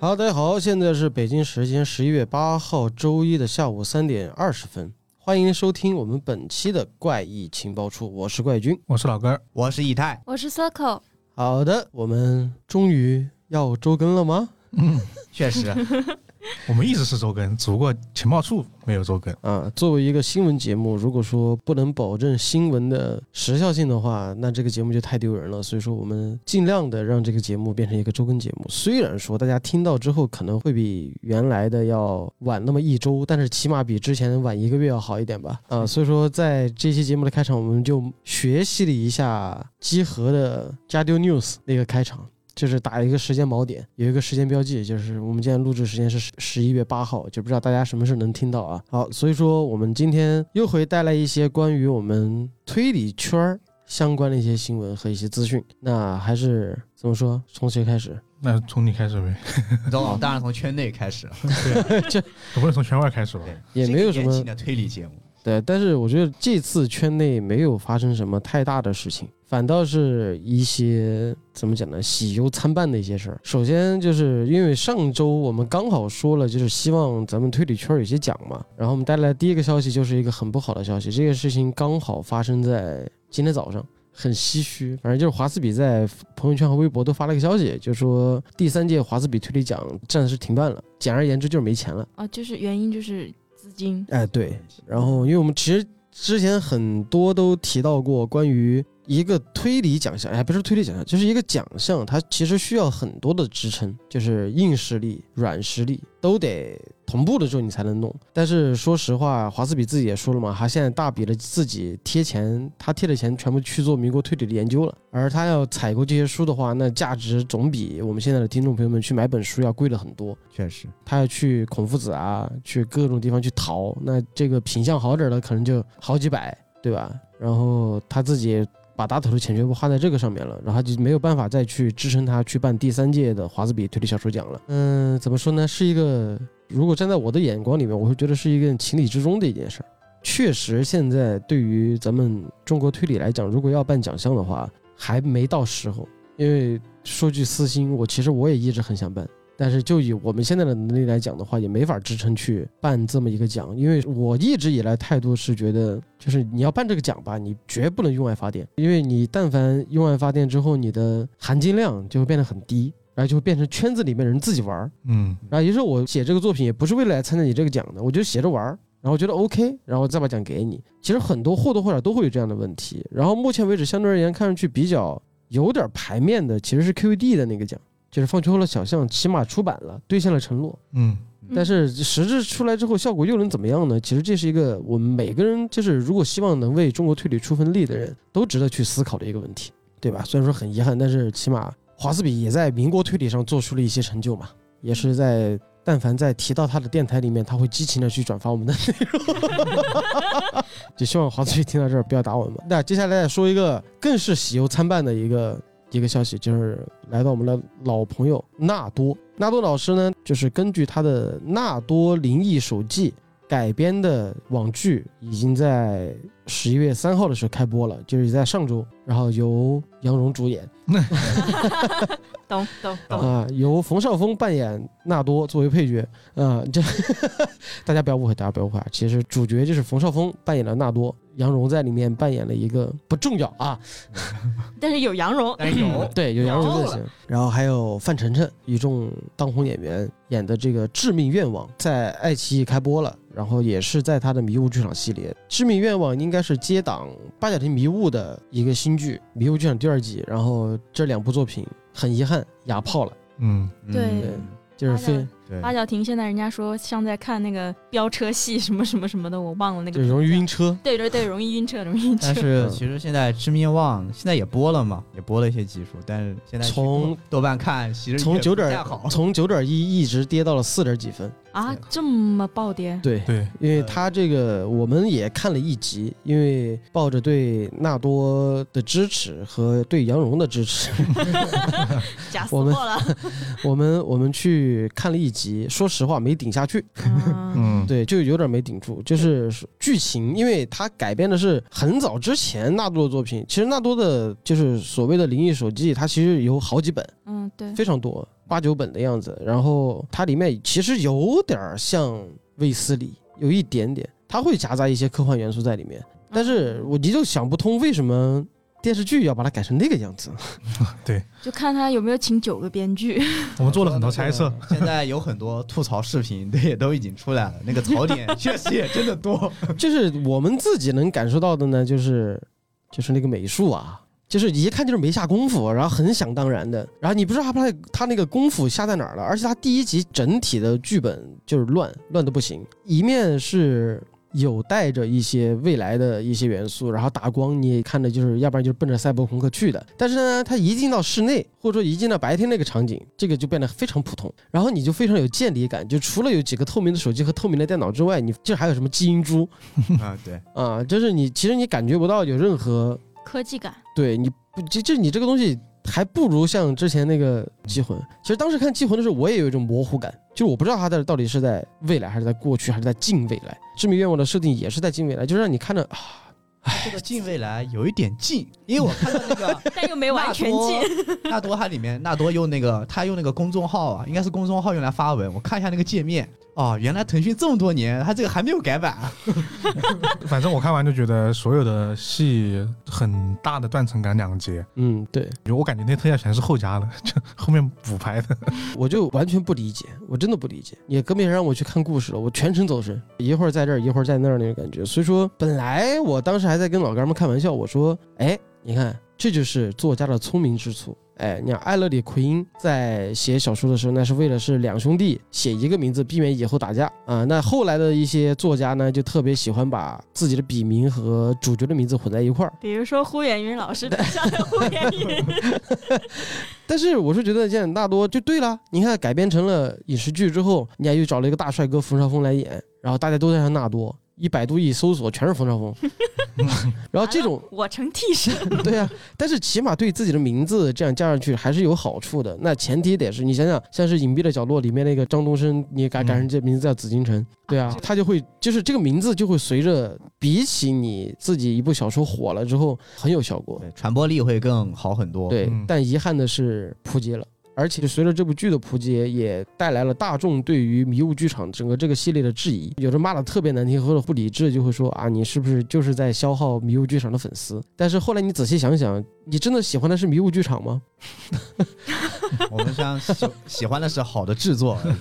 好，大家好，现在是北京时间十一月八号周一的下午三点二十分，欢迎收听我们本期的怪异情报处，我是怪君。我是老根儿，我是以太，我是 Circle，好的，我们终于要周更了吗？确 实，我们一直是周更，只不过情报处没有周更。啊，作为一个新闻节目，如果说不能保证新闻的时效性的话，那这个节目就太丢人了。所以说，我们尽量的让这个节目变成一个周更节目。虽然说大家听到之后可能会比原来的要晚那么一周，但是起码比之前晚一个月要好一点吧。啊，所以说在这期节目的开场，我们就学习了一下集合的加丢 news 那个开场。就是打一个时间锚点，有一个时间标记，就是我们今天录制时间是十十一月八号，就不知道大家什么时候能听到啊。好，所以说我们今天又会带来一些关于我们推理圈儿相关的一些新闻和一些资讯。那还是怎么说？从谁开始？那从你开始呗，当当然从圈内开始了，我不能从圈外开始吧？对， 也没有什么是一个年轻的推理节目，对，但是我觉得这次圈内没有发生什么太大的事情，反倒是一些怎么讲呢，喜忧参半的一些事儿。首先就是因为上周我们刚好说了，就是希望咱们推理圈有些奖嘛，然后我们带来第一个消息就是一个很不好的消息，这个事情刚好发生在今天早上。很唏嘘，反正就是华斯比在朋友圈和微博都发了个消息，就说第三届华斯比推理奖暂时停办了。简而言之，就是没钱了。啊，就是原因就是资金，哎，对，然后，因为我们其实之前很多都提到过关于一个推理奖项，哎，不是推理奖项，就是一个奖项，它其实需要很多的支撑，就是硬实力、软实力都得同步的时候你才能弄。但是说实话，华斯比自己也说了嘛，他现在大笔的自己贴钱，他贴的钱全部去做民国推理的研究了，而他要采购这些书的话，那价值总比我们现在的听众朋友们去买本书要贵了很多。确实，他要去孔夫子啊，去各种地方去淘，那这个品相好点儿的可能就好几百，对吧？然后他自己把大头的钱全部花在这个上面了，然后他就没有办法再去支撑他去办第三届的华兹比推理小说奖了。嗯，怎么说呢？是一个如果站在我的眼光里面，我会觉得是一个情理之中的一件事儿。确实，现在对于咱们中国推理来讲，如果要办奖项的话，还没到时候。因为说句私心，我其实我也一直很想办，但是就以我们现在的能力来讲的话，也没法支撑去办这么一个奖。因为我一直以来态度是觉得，就是你要办这个奖吧，你绝不能用爱发电，因为你但凡用爱发电之后，你的含金量就会变得很低，然后就会变成圈子里面人自己玩儿。嗯，然后也是我写这个作品也不是为了来参加你这个奖的，我就写着玩儿，然后觉得 OK，然后再把奖给你。其实很多或多或少都会有这样的问题。然后目前为止，相对而言看上去比较有点牌面的，其实是 QED 的那个奖，就是放秋后的小象起码出版了，兑现了承诺。嗯，但是实质出来之后，效果又能怎么样呢？其实这是一个我们每个人，就是如果希望能为中国推理出份力的人，都值得去思考的一个问题，对吧？虽然说很遗憾，但是起码华斯比也在民国推理上做出了一些成就嘛，也是在但凡在提到他的电台里面，他会激情的去转发我们的内容。就希望华斯比听到这儿不要打我们。那接下来再说一个更是喜忧参半的一个一个消息，就是来到我们的老朋友纳多。纳多老师呢，就是根据他的《纳多灵异手记》改编的网剧，已经在十一月三号的时候开播了，就是在上周，然后由杨蓉主演，懂懂懂，啊、由冯绍峰扮演纳多作为配角，啊、这 大家不要误会，大家不要误会啊，其实主角就是冯绍峰扮演了纳多，杨蓉在里面扮演了一个不重要啊，但是有羊绒，但嗯是有对，有杨蓉有就行。然后还有范丞丞，一众当红演员演的这个《致命愿望》在爱奇艺开播了，然后也是在他的迷雾剧场系列，《致命愿望》应该是接档《八角亭迷雾》的一个新剧，《迷雾剧场》第二季。然后这两部作品很遗憾哑炮了，嗯，对嗯就是八角非对八角亭现在人家说像在看那个飙车戏什么什么什么的，我忘了那个就容易名字晕车。对对对，容易晕车，容易晕车但。是嗯其实现在《致命愿望》现在也播了嘛，也播了一些集数，但是现在去从豆瓣看其实从也九不太点好，从九点一一直跌到了四点几分，啊，这么暴跌，对，对，因为他这个我们也看了一集，因为抱着对纳多的支持和对杨蓉的支持， 假死我们货了。 我们我们去看了一集，说实话没顶下去，嗯，嗯，对，就有点没顶住。就是剧情，因为它改编的是很早之前纳多的作品，其实纳多的就是所谓的《灵异手记》，它其实有好几本，嗯，对，非常多。八九本的样子，然后它里面其实有点儿像卫斯理，有一点点，它会夹杂一些科幻元素在里面，但是我一直想不通为什么电视剧要把它改成那个样子。就看他有没有请九个编剧。我们做了很多猜测。。现在有很多吐槽视频， 对，也都已经出来了。那个槽点确实也真的 多。就是我们自己能感受到的呢，就是就是那个美术啊，就是一看就是没下功夫，然后很想当然的，然后你不知道他把他那个功夫下在哪儿了，而且他第一集整体的剧本就是乱乱的不行，一面是。有带着一些未来的一些元素，然后打光你也看着就是，要不然就是奔着赛博朋克去的。但是呢，他一进到室内，或者说一进到白天那个场景，这个就变得非常普通。然后你就非常有间谍感，就除了有几个透明的手机和透明的电脑之外，你这还有什么基因珠？啊，对，啊，就是你其实你感觉不到有任何科技感，对你不，就就你这个东西还不如像之前那个《机魂》。其实当时看《机魂》的时候，我也有一种模糊感，就是我不知道它的到底是在未来还是在过去还是在近未来。《致命愿望》的设定也是在近未来，就是让你看着啊，这个近未来有一点近，因为我看到那个但又没 完全进。 进。纳多它里面，纳多用那个他用那个公众号啊，应该是公众号用来发文。我看一下那个界面，哦，原来腾讯这么多年，它这个还没有改版啊。反正我看完就觉得所有的戏很大的断层感两截，嗯，对，就我感觉那特效全是后加的， 就后面补拍的。我就完全不理解，我真的不理解，也更别让我去看故事了，我全程走神，一会儿在这儿，一会儿在那儿那种感觉。所以说，本来我当时还在跟老干们开玩笑，我说，哎，你看，这就是作家的聪明之处。哎，你看艾勒里·奎因在写小说的时候，那是为了是两兄弟写一个名字，避免以后打架啊。那后来的一些作家呢，就特别喜欢把自己的笔名和主角的名字混在一块儿。比如说呼延云老师笔下的呼延云，但是我是觉得像纳多就对了，你看改编成了影视剧之后，你看又找了一个大帅哥冯绍峰来演，然后大家都在上纳多，一百度一搜索全是冯绍峰， 然后这种完了 我成替身，对呀、但是起码对自己的名字这样加上去还是有好处的。那前提得是你想想，像是《隐蔽的角落》里面那个张东升，你也改改成这名字叫紫禁城，对啊这，个他就会就是这个名字就会随着比起你自己一部小说火了之后很有效 果。对，传播力会更好很多。，对嗯，但遗憾的是扑街了。而且随着这部剧的扑街，也带来了大众对于迷雾剧场整个这个系列的质疑。有的骂的特别难听或者不理智，就会说啊，你是不是就是在消耗迷雾剧场的粉丝？但是后来你仔细想想，你真的喜欢的是迷雾剧场吗？我们想喜喜欢的是好的制 作而已。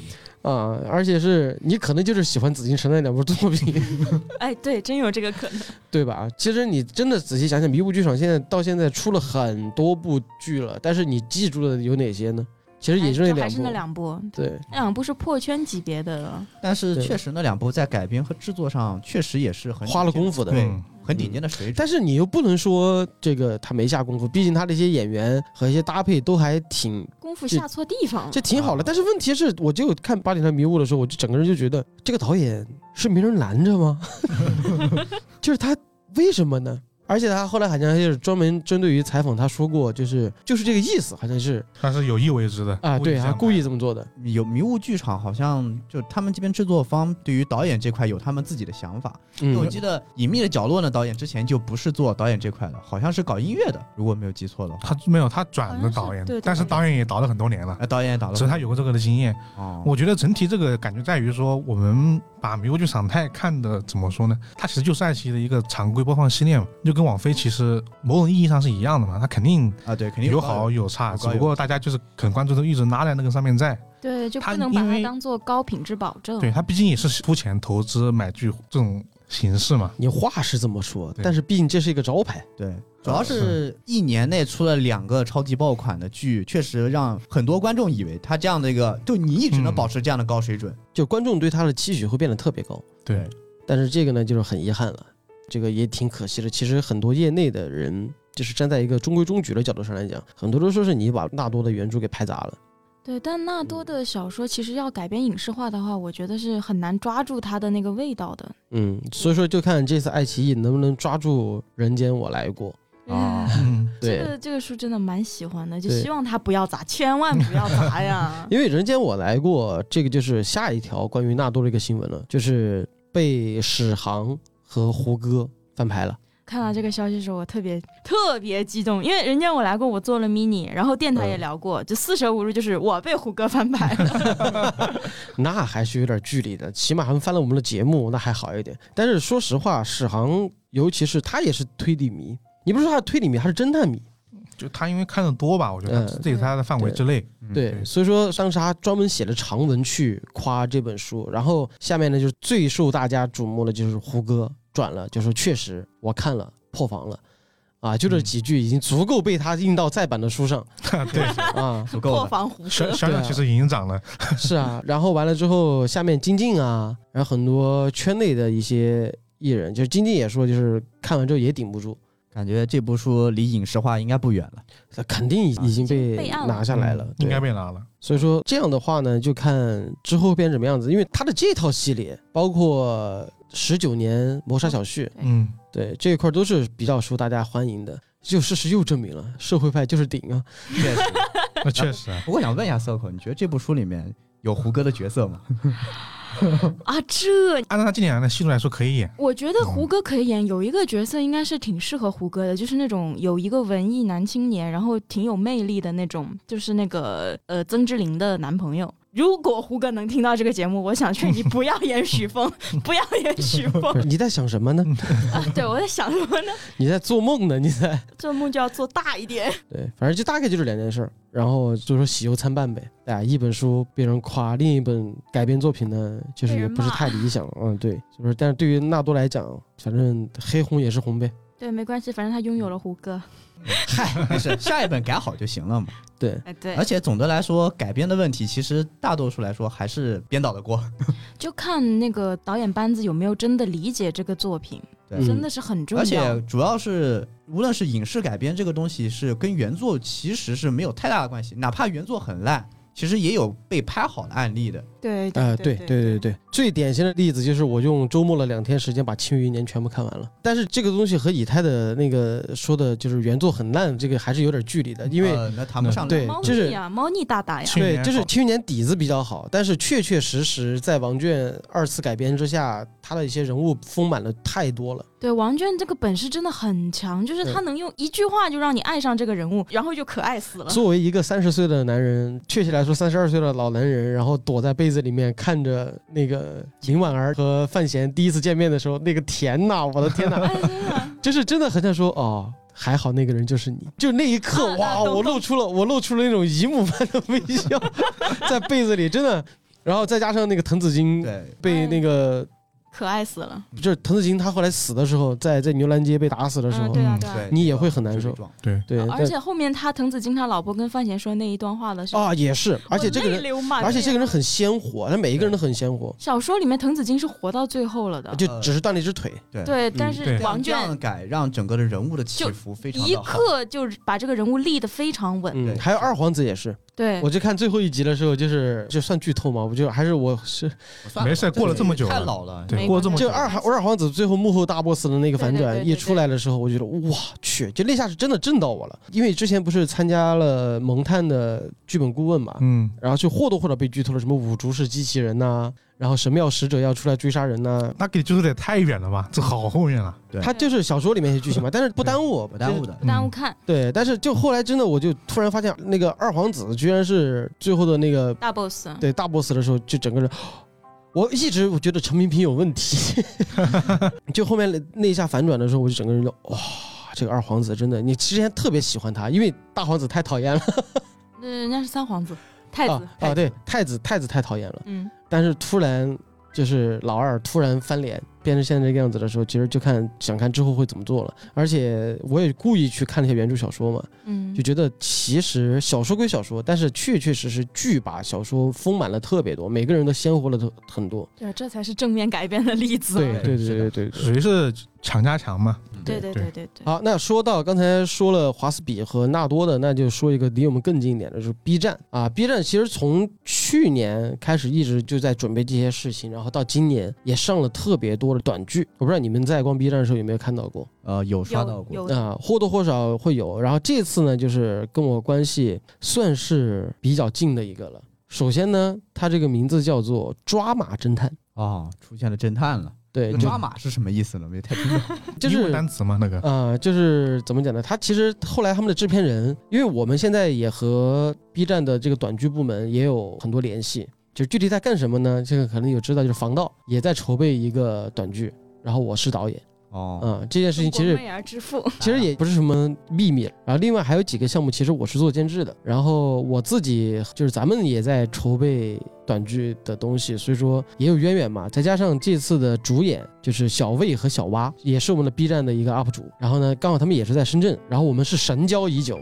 啊，而且是你可能就是喜欢紫禁城那两部作品， 哎，对，真有这个可能。对吧？其实你真的仔细想想，迷雾剧场现在到现在出了很多部剧了，但是你记住的有哪些呢？其实也就那哎两还是部，那两部，对，那两部是破圈级别的了。但是对确实那两部在改编和制作上确实也是很花了顶尖功夫的。对嗯很顶尖的水准。但是你又不能说这个他没下功夫，毕竟他这些演员和一些搭配都还挺功夫这下错地方了这，挺好啊的。但是问题是，我就看《八点档迷雾》的时候，我就整个人就觉得这个导演是没人拦着 吗？就是他为什么呢？而且他后来好像就是专门针对于采访，他说过，就是就是这个意思，好像是但是有意为之的啊，对，他故意的。这么做的。有迷雾剧场好像就他们这边制作方对于导演这块有他们自己的想法。因为我嗯，记得《隐秘的角落》呢，导演之前就不是做导演这块的，好像是搞音乐的，如果没有记错的话。他没有，他转了导演，好像是对对但是对导演也导了很多年了，哎，导演也导了，只是他有过这个的经验。哦，我觉得整体这个感觉在于说，我们把《迷雾剧场太》看的怎么说呢？它其实就是爱奇艺的一个常规播放系列嘛，就跟网飞其实某种意义上是一样的嘛。它肯定啊，对，肯定有导好有差，有高只有不过大家就是可能关注度一直拉在那个上面在。对，就他不能把因它为当做高品质保证。对，它毕竟也是出钱投资买剧这种形式嘛。你话是这么说，对但是毕竟这是一个招牌。对，主要是一年内出了两个超级爆款的剧，确实让很多观众以为他这样的一个，就你一直能嗯保持这样的高水准，就观众对他的期许会变得特别高。对，但是这个呢，就是很遗憾了，这个也挺可惜的。其实很多业内的人，就是站在一个中规中矩的角度上来讲，很多都说是你把纳多的原著给拍砸了。对，但纳嗯多的小说其实要改编影视化的话，我觉得是很难抓住它的那个味道的。嗯，所以说就看这次爱奇艺能不能抓住《人间我来过》。啊 嗯， 这对，个这个书真的蛮喜欢的，就对！希望它不要砸，千万不要砸呀 因为《人间我来过》这个就是下一条关于纳多的一个新闻了，就是被史航和胡歌翻拍了。看到这个消息的时候，我特别特别激动，因为人家我来过，我做了 mini，然后电台也嗯聊过，就四舍五入就是我被胡歌翻牌了。那还是有点距离的，起码还翻了我们的节目，那还好一点。但是说实话，史航尤其是他也是推理迷，你不是说他是推理迷，他是侦探迷，就他因为看的多吧，我觉得嗯这也是他的范围之内。对，对所以说当时他专门写了长文去夸这本书，然后下面呢就是最受大家瞩目的就是胡歌转了，就说确实我看了破防了，啊，就这几句已经足够被他印到再版的书上 对，啊，足 破够的。防胡想歌，想对想啊其实已经涨了，是啊，然后完了之后下面金靖啊，然后很多圈内的一些艺人，就是金靖也说就是看完之后也顶不住，感觉这部书离影视化应该不远了。他肯定已已经被备案了拿下来了，对嗯应该被拿了。所以说这样的话呢，就看之后变怎么样子，因为他的这套系列，包括十九年谋杀小旭，对嗯，对这一块都是比较受大家欢迎的。就事实又证明了，社会派就是顶 啊！确实，那确实啊，不过想问一下 Circle，你觉得这部书里面有胡歌的角色吗？啊，这按照他近两年的戏路来说，可以演。我觉得胡嗯歌可以演有一个角色，应该是挺适合胡歌的，就是那种有一个文艺男青年，然后挺有魅力的那种，就是那个呃曾志林的男朋友。如果胡歌能听到这个节目，我想劝你不要演许峰， 不要演 许峰不。是你在想什么呢？啊对，我在想什么呢？你在做梦呢？你在做梦就要做大一点。对，反正就大概就这两件事儿，然后就说喜忧参半呗。哎，一本书被人夸，另一本改编作品呢，就是也不是太理想。嗯，对，就是但是对于纳多来讲，反正黑红也是红呗。对，没关系，反正他拥有了胡歌。 嗨，没事，下一本改好就行了嘛。对，哎，对而，且总的来说，改编的问题其实大多数来说还是编导的锅。就看那个导演班子有没有真的理解这个作品，对嗯真的是很重要。而且主要是，无论是影视改编这个东西，是跟原作其实是没有太大的关系。哪怕原作很烂，其实也有被拍好的案例的。对，啊、对对对对对，最典型的例子就是我用周末的两天时间把《庆余年》全部看完了。但是这个东西和以太的那个说的就是原作很烂，这个还是有点距离的，因为、嗯呃那谈不上对烂猫就是腻啊，猫腻大大呀。去对，年就是好《庆余年》底子比较好，但是确确实实在王倦二次改编之下，他的一些人物丰满了太多了。对，王娟这个本事真的很强，就是对她能用一句话就让你爱上这个人物，然后就可爱死了。作为一个三十岁的男人，确切来说三十二岁的老男人，然后躲在被子里面看着那个林婉儿和范闲第一次见面的时候，那个甜呐，我的天呐！ 哎，真的，就是真的很想说哦，还好那个人就是你，就那一刻啊啊哇，懂我露出了我露出了那种姨母般的微笑，在被子里真的，然后再加上那个滕子京对，被那个可爱死了。就是滕子京他后来死的时候，在在牛栏街被打死的时嗯，候，对啊，嗯对啊。对，你也这个会很难这个受状态对，对，啊但而且后面他滕子京他老婆跟范闲说那一段话的时候，啊也是，而且这个我泪人，流满面而且这个人很鲜活，他每一个人都很鲜活，小说里面滕子京是活到最后了的，就只是断了一只腿，对对，啊嗯但对是这样王这样娟改让整个的人物的起就伏非常一的好。刻就把这个人物立得非常稳。嗯，对还有二皇子也是，对我，就看最后一集的时候，就是就算剧透嘛，我就还是我是我算没事过了这么久了太老了。对，没过了这么关系就久，二皇二皇子最后幕后大 boss 的那个反对对对转对一出来的时候，我觉得哇去，就那下是真的震到我了。因为之前不是参加了蒙探的剧本顾问嘛，嗯，然后就或多或少被剧透了，什么五竹是机器人呐、然后神庙使者要出来追杀人呐、那给就是得太远了吧？这好后面了，对他就是小说里面一些剧情嘛，但是不耽误，不耽误的。的不。耽误看对，但是就后来真的，我就突然发现那个二皇子居然是最后的那个大 boss。对大 boss 的时候，就整个人，我一直我觉得陈萍萍有问题， 就后面那一下反转的时候，我就整个人就哇，这个二皇子真的，你之前特别喜欢他，因为大皇子太讨厌了，那人家是三皇子，太子啊啊，对，太子太子太讨厌了，嗯，但是突然就是老二突然翻脸，变成现在这个样子的时候，其实就看想看之后会怎么做了，而且我也故意去看了一些原著小说嘛，嗯就，觉得其实小说归小说，但是确确实实剧把小说丰满了特别多，每个人都鲜活了特很多。对，啊这才是正面改编的例子。对对是对的对对对。属于是强加强嘛。嗯对对对对对对，好，那说到刚才说了华斯比和纳多的，那就说一个离我们更近一点的，就是 B 站啊。B 站其实从去年开始一直就在准备这些事情，然后到今年也上了特别多的短剧。我不知道你们在逛 B 站的时候有没有看到过呃，有刷到有过。有啊、或多或少会有。然后这次呢，就是跟我关系算是比较近的一个了。首先呢，他这个名字叫做抓马侦探，哦，出现了侦探了。对，那就抓马是什么意思呢？没太听懂。就英文是单词嘛，那个呃，就是怎么讲呢？他其实后来他们的制片人，因为我们现在也和 B 站的这个短剧部门也有很多联系，就具体在干什么呢？这个可能有知道，就是防盗也在筹备一个短剧，然后我是导演，哦，嗯、这件事情其中实国。媚儿之父，其实也不是什么秘密，然后另外还有几个项目，其实我是做监制的，然后我自己就是咱们也在筹备短剧的东西，所以说也有渊源嘛。再加上这次的主演就是小魏和小蛙，也是我们的 B 站的一个 UP 主，然后呢，刚好他们也是在深圳，然后我们是神交已久，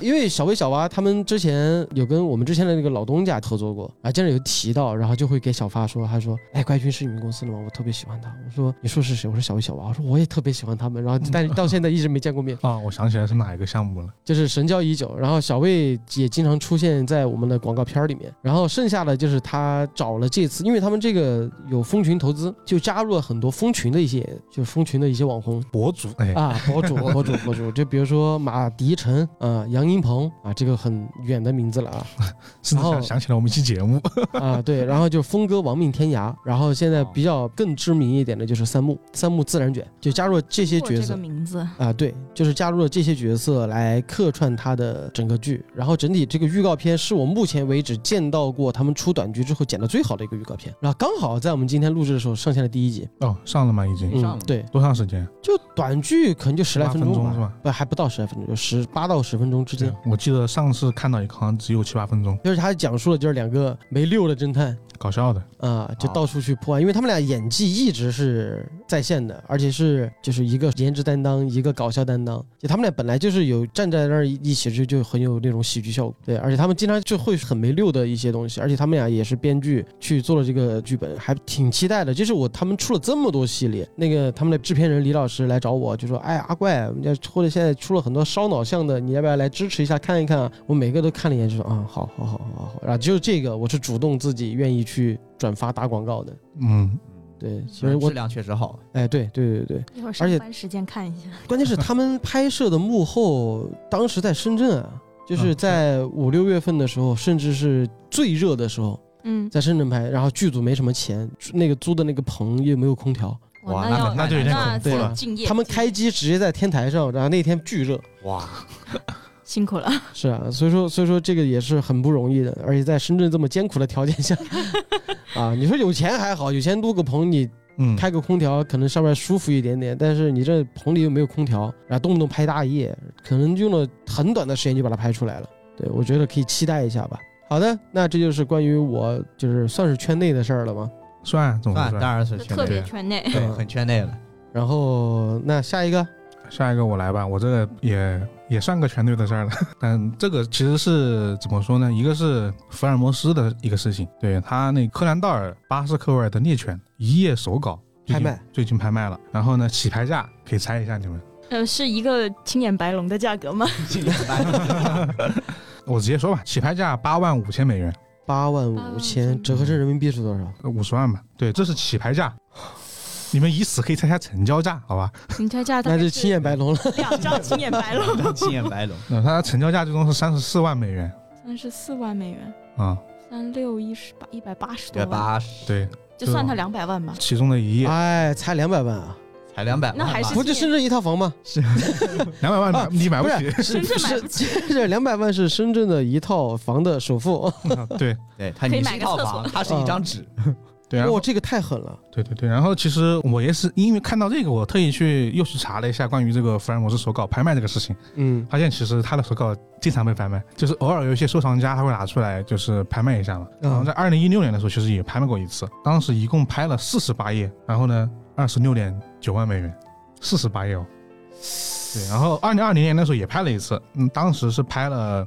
因为小魏、小蛙他们之前有跟我们之前的那个老东家合作过啊，经常有提到，然后就会给小发说，他说：“哎，怪君是你们公司的吗？我特别喜欢他。”我说：“你说是谁？”我说：“小魏、小蛙。”我说：“我也特别喜欢他们。”然后但是到现在一直没见过面，啊，我想起来是哪一个项目了。就是神交已久。然后小魏也经常出现在我们的广告片儿里面。然后剩下的就是他找了这次，因为他们这个有蜂群投资，就加入了很多蜂群的一些，就是蜂群的一些网红，博主，哎，啊，博主，博主，博主，就比如说马迪晨啊、杨英鹏啊，这个很远的名字了啊甚然至后想想起来我们一期节目，啊，对，然后就峰哥亡命天涯，然后现在比较更知名一点的就是三木，三木自然卷，就加入了 这些过角这色个名字，啊，对，就是加入了这些角色来客串他的整个剧，然后整体这个预告片是我目前为止见到过他们出短剧之后剪的最好的一个预告片，然后刚好在我们今天录制的时候上线了第一集， 哦，上了吗？已经嗯上了对，多长时间？就短剧可能就十来18分钟分吧，钟是吧不还不到十来分钟，就十八到十分钟之间。哎我记得上次看到一个好像只有七八分钟，就是他讲述了就是两个没溜的侦探搞笑的。啊、就到处去破案，因为他们俩演技一直是在线的，而且是就是一个颜值担当，一个搞笑担当，就他们俩本来就是有站在那儿一起就就很有那种喜剧效果，对，而且他们经常就会很没溜的一些东西，而且他们俩也是编剧去做了这个剧本，还挺期待的。就是我他们出了这么多系列，那个他们的制片人李老师来找我就说，哎阿怪，我们家或者现在出了很多烧脑向的，你要不要来支持一下看一看啊？我每个都看了一眼，就说啊，好好好好好，然后就这个我是主动自己愿意去转发打广告的，嗯，对，其虽实然我质量确实好。哎对对对对，一会儿而且上班时间看一下。关键是他们拍摄的幕后，当时在深圳啊，就是嗯在五六月份的时候，甚至是最热的时候，嗯，在深圳拍，然后剧组没什么钱，那个租的那个棚又没有空调，我哇那那要那就有点那恐怖了就敬业。他们敬开业机直接在天台上，然后那天巨热，哇，辛苦了，是啊，所以说所以说这个也是很不容易的，而且在深圳这么艰苦的条件 下，啊，你说有钱还好，有钱租个棚你嗯，开个空调可能上面舒服一点点，但是你这棚里又没有空调，然后动不动拍大夜，可能用了很短的时间就把它拍出来了。对，我觉得可以期待一下吧。好的，那这就是关于我就是算是圈内的事儿了吗？算怎么算算？当然是圈特内别了，圈内。对，很圈内了。然后那下一个，下一个我来吧，我这个也也算个全队的事儿了。 但这个其实是怎么说呢？一个是福尔摩斯的一个事情，对他那柯南道尔、巴斯克维尔的《猎犬》一夜手稿最近拍卖，最近拍卖了。然后呢，起拍价可以猜一下你们，呃，是一个青眼白龙的价格吗？我直接说吧，起拍价八万五千美元，八万五千8500折合成人民币是多少？五十万吧。对，这是起拍价。你们以此可以猜一下成交价，好吧？你这价大 那概就青眼白龙了。两张青眼白 龙，青眼 白龙，那它的成交价最终是三十四万美元三十四万美元，啊、三六一十八，一百八十多对万，八十，对，就算他两百万 吧。其中的一页哎，才两百万啊！才两百，那还是啊不就深圳一套房吗？两百万啊买你买不起，是深圳买不起，这两百万是深圳的一套房的首付。哇、 对对他可以你买是一个套厕所嗯房，它是一张纸，对，然后这个太狠了。对对对，然后其实我也是因为看到这个，我特意去又去查了一下关于这个福尔摩斯手稿拍卖这个事情，嗯，发现其实他的手稿经常被拍卖，就是偶尔有一些收藏家他会拿出来就是拍卖一下嘛。嗯然后在二零一六年的时候，其实也拍卖过一次，当时一共拍了四十八页，然后呢二十六点九万美元，四十八页哦。对，然后二零二零年的时候也拍了一次，嗯，当时是拍了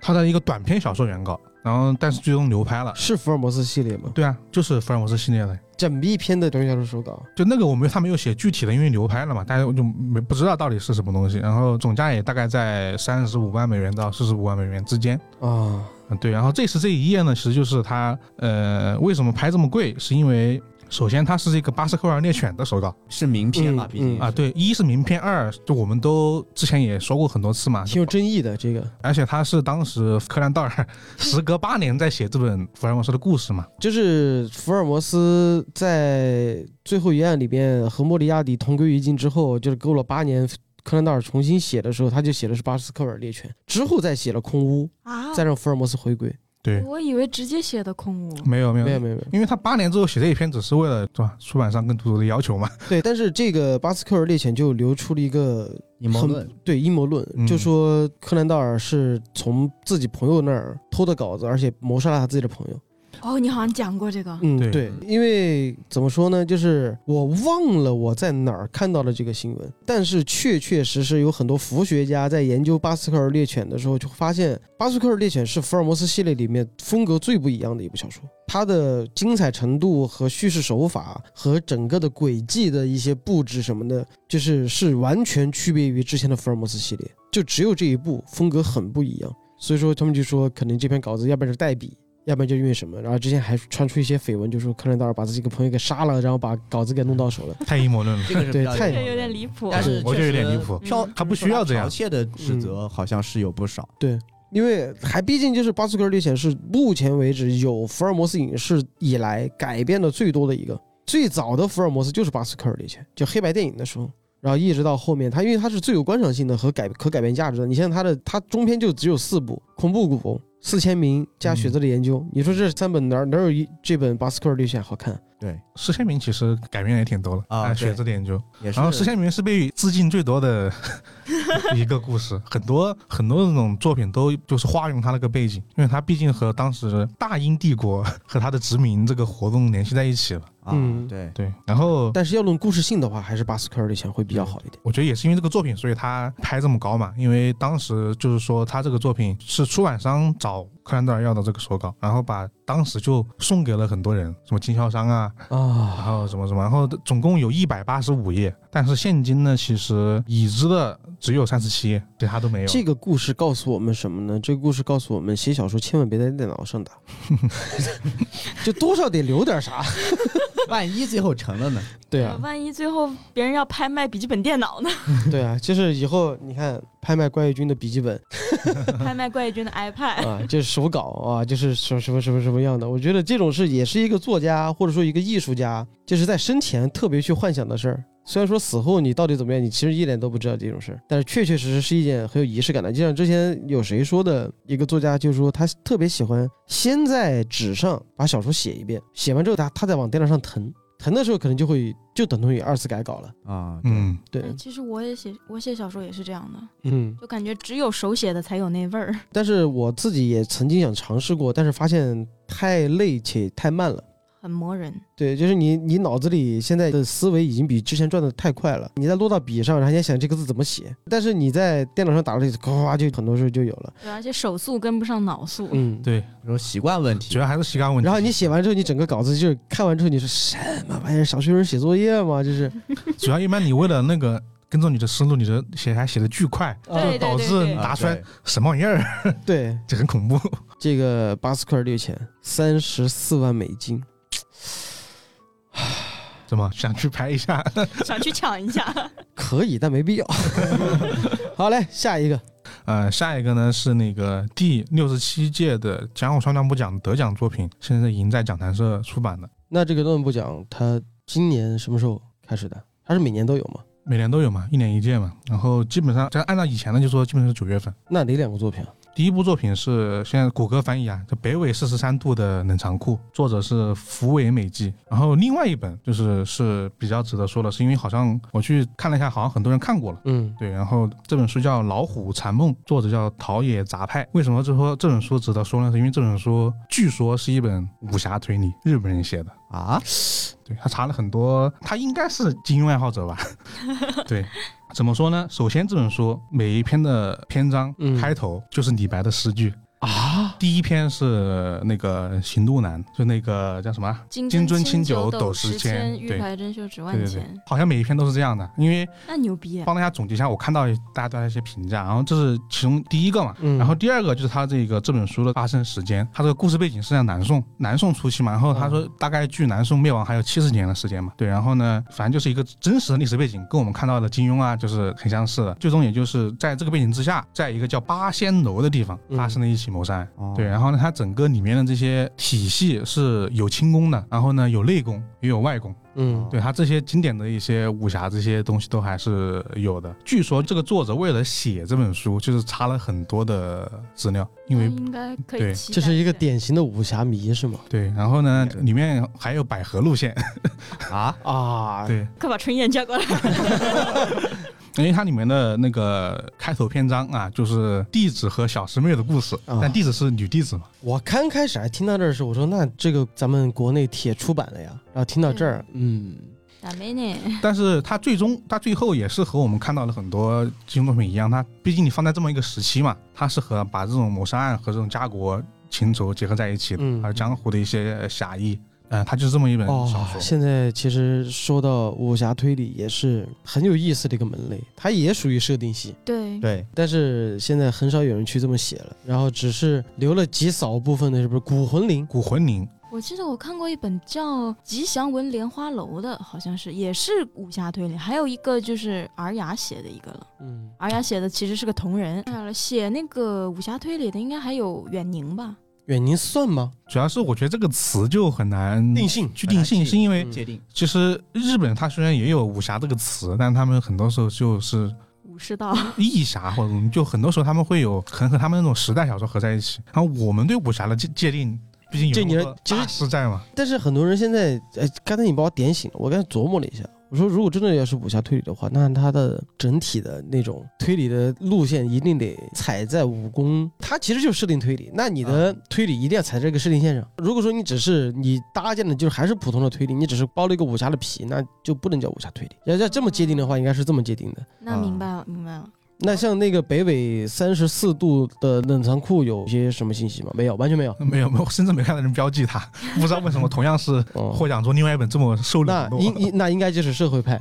他的一个短篇小说原稿，然后但是最终流拍了。是福尔摩斯系列吗？对啊，就是福尔摩斯系列的。整一篇的短小说手稿。就那个我没有他没有写具体的，因为流拍了嘛，大家就没不知道到底是什么东西。然后总价也大概在三十五万美元到四十五万美元之间。啊，嗯，对。然后这次这一页呢，其实就是他呃为什么拍这么贵，是因为首先它是这个巴斯克维尔猎犬的手稿是名片嘛，嗯毕竟嗯啊，对，一是名片，二就我们都之前也说过很多次嘛，啊挺有争议的这个。而且他是当时柯南 道尔时隔八年在写这本福尔摩斯的故事嘛，就是福尔摩斯在《最后一案》里边和莫里亚蒂同归于尽之后，就是过了八年，柯南道尔重新写的时候，他就写的是巴斯克维尔猎犬，之后再写了空屋，啊再让福尔摩斯回归。对，我以为直接写的空无，没有没有哦没有没有没有，因为他八年之后写这一篇，只是为了是吧出版商跟读者的要求嘛。对，但是这个巴斯克维尔猎犬就流出了一个阴谋很论，对阴谋论，嗯就说柯南道尔是从自己朋友那儿偷的稿子，而且谋杀了他自己的朋友。哦，你好像讲过这个，嗯，对对，因为怎么说呢，就是我忘了我在哪儿看到了这个新闻，但是确确实实有很多福学家在研究巴斯克尔猎犬的时候，就发现巴斯克尔猎犬是福尔摩斯系列里面风格最不一样的一部小说，它的精彩程度和叙事手法和整个的轨迹的一些布置什么的，就是是完全区别于之前的福尔摩斯系列，就只有这一部风格很不一样，所以说他们就说可能这篇稿子要不然是代笔，要不然就因为什么，然后之前还传出一些绯闻，就说柯南道尔把自己一个朋友给杀了，然后把稿子给弄到手了。太阴谋论了。这个是对比较太这有点离谱。但是嗯我觉得有点离谱飘他不需要这样嗯剽窃的指责好像是有不少， 因为还毕竟就是《巴斯克尔历险》是目前为止有福尔摩斯影视以来改编的最多的一个。最早的福尔摩斯就是《巴斯克尔历险》，就黑白电影的时候，然后一直到后面，它因为它是最有观赏性的和改可改编价值的。你像它的，它中篇就只有四部：恐怖谷、四千名加雪子的研究。你说这三本哪儿哪儿有一这本《巴斯克尔历险》好看？对，石先明其实改编也挺多了啊按对学这点就。也是然后石先明是被致敬最多的 一个故事， 很多很多那种作品都就是化用他那个背景，因为他毕竟和当时大英帝国和他的殖民这个活动联系在一起了。啊嗯，对，对，然后但是要论故事性的话，还是《巴斯克尔历险》会比较好一点。我觉得也是因为这个作品，所以他拍这么高嘛。因为当时就是说，他这个作品是出版商找柯南道尔要的这个手稿，然后把当时就送给了很多人，什么经销商啊，然啊，后什么什么，然后总共有一百八十五页，但是现今呢，其实已知的只有三十七页，其他都没有。这个故事告诉我们什么呢？这个故事告诉我们，写小说千万别在电脑上打， 就多少得留点啥。万一最后成了呢？对啊，呃万一最后别人要拍卖笔记本电脑呢？对啊，就是以后你看拍卖怪异君的笔记本拍卖怪异君的嗯 iPad，啊，就是手稿啊，就是什么什么什么什么样的。我觉得这种事也是一个作家或者说一个艺术家，就是在生前特别去幻想的事儿。虽然说死后你到底怎么样，你其实一点都不知道这种事儿，但是确确实实是一件很有仪式感的。就像之前有谁说的，一个作家就说他特别喜欢先在纸上把小说写一遍，写完之后他他再往电脑上腾，腾的时候可能就会就等同于二次改稿了。啊，对，嗯，对，其实我也写，我写小说也是这样的，嗯，就感觉只有手写的才有那味儿。但是我自己也曾经想尝试过，但是发现太累且太慢了。很磨人，对，就是你，你脑子里现在的思维已经比之前转的太快了。你再落到笔上，然后你还想这个字怎么写，但是你在电脑上打了，呱呱呱就很多时候就有了。对，而且手速跟不上脑速。嗯，对。对，说习惯问主题，要还是习啊惯问题。然后你写完之后，你整个稿子就是看完之后，你说什么玩意儿？小学生写作业吗？就是 主要一般你为了那个跟着你的思路，你的写还写的巨快，对对导对致对答啊出来对什么玩意儿， 对这很恐怖。这个巴斯克尔六千三十四万美金，怎么想去拍一下？ 想去抢一下。可以，但没 必要。好嘞，下一个，呃，下一个呢是那个第六十七届的江户川乱步奖得奖作品，现在已经在讲谈社出版了，那这个论部奖它今年什么时候开始的？它是每年都有吗？每年都有嘛，一年一届嘛。然后基本上，这按照以前的就说，基本上是九月份。那哪两个作品啊？第一部作品是现在谷歌翻译啊，叫《北纬四十三度的冷藏库》，作者是福尾美纪。然后另外一本就是是比较值得说的是，因为好像我去看了一下，好像很多人看过了。嗯，对，然后这本书叫《老虎缠梦》，作者叫陶野杂派。为什么就说这本书值得说呢？是因为这本书据说是一本武侠推理，日本人写的。啊，对他查了很多，他应该是金庸爱好者吧？对，怎么说呢？首先这本书每一篇的篇章嗯开头就是李白的诗句。啊，第一篇是那个行路难，就那个叫什么啊？金金樽樽清酒酒斗十十千玉对怀珍绣只万对对对千，，好像每一篇都是这样的。因为那牛逼啊耶！帮大家总结一下，我看到大家对他一些评价，然后这是其中第一个嘛，嗯然后第二个就是他这个这本书的发生时间，他这个故事背景是在南宋，南宋初期嘛，然后他嗯说大概距南宋灭亡还有七十年的时间嘛，对，然后呢，反正就是一个真实的历史背景，跟我们看到的金庸啊就是很相似的，最终也就是在这个背景之下，在一个叫八仙楼的地方嗯发生了一起谋杀案，哦对，然后呢，它整个里面的这些体系是有轻功的，然后呢有内功也有外功，嗯对他这些经典的一些武侠这些东西都还是有的。据说这个作者为了写这本书，就是查了很多的资料，因那为应该可以对期待这是一个下典型的武侠迷是吗？对，然后呢，里面还有百合路线，啊，啊，对， 快把春燕叫过来。 因为它里面的那个开头篇章啊，就是弟子和小师妹的故事，啊但弟子是女弟子嘛，我刚开始还听到这儿的时候，我说那这个咱们国内铁出版了呀，然后听到这儿，嗯，咋没呢？但是它最终它最后也是和我们看到的很多金庸作品一样，它毕竟你放在这么一个时期嘛，它是和把这种谋杀案和这种家国情仇结合在一起的，嗯还有江湖的一些呃侠义。嗯，它就是这么一本小哦，说。现在其实说到武侠推理也是很有意思的一个门类，它也属于设定系，对，对，但是现在很少有人去这么写了，然后只是留了极少部分的，是不是骨魂灵？古魂灵，我记得我看过一本叫《吉祥文莲花楼》的，好像是也是武侠推理，还有一个就是尔雅写的一个了。嗯，尔雅写的其实是个同人，当然了，哎写那个武侠推理的应该还有远宁吧？远宁算吗？主要是我觉得这个词就很难定性去定性，很难是因为嗯界定其实日本它虽然也有武侠这个词，但他们很多时候就是武士道，义侠或者什么就很多时候他们会有可能和他们那种时代小说合在一起。然后我们对武侠的界界定，毕竟有这你那么多其实大师在嘛，但是很多人现在，哎，刚才你把我点醒了，我刚才琢磨了一下，我说如果真的要是武侠推理的话，那它的整体的那种推理的路线一定得踩在武功，它其实就是设定推理，那你的推理一定要踩在这个设定线上。如果说你只是你搭建的就是还是普通的推理，你只是包了一个武侠的皮，那就不能叫武侠推理。要要这么界定的话，应该是这么界定的。 那明白啊了，明白了。那像那个北纬三十四度的冷藏库有些什么信息吗？没有，完全没有。没有没有，甚至没看到人标记它，不知道为什么同样是哦获奖作，另外一本这么受冷啊那落。 应应那应该就是社会派，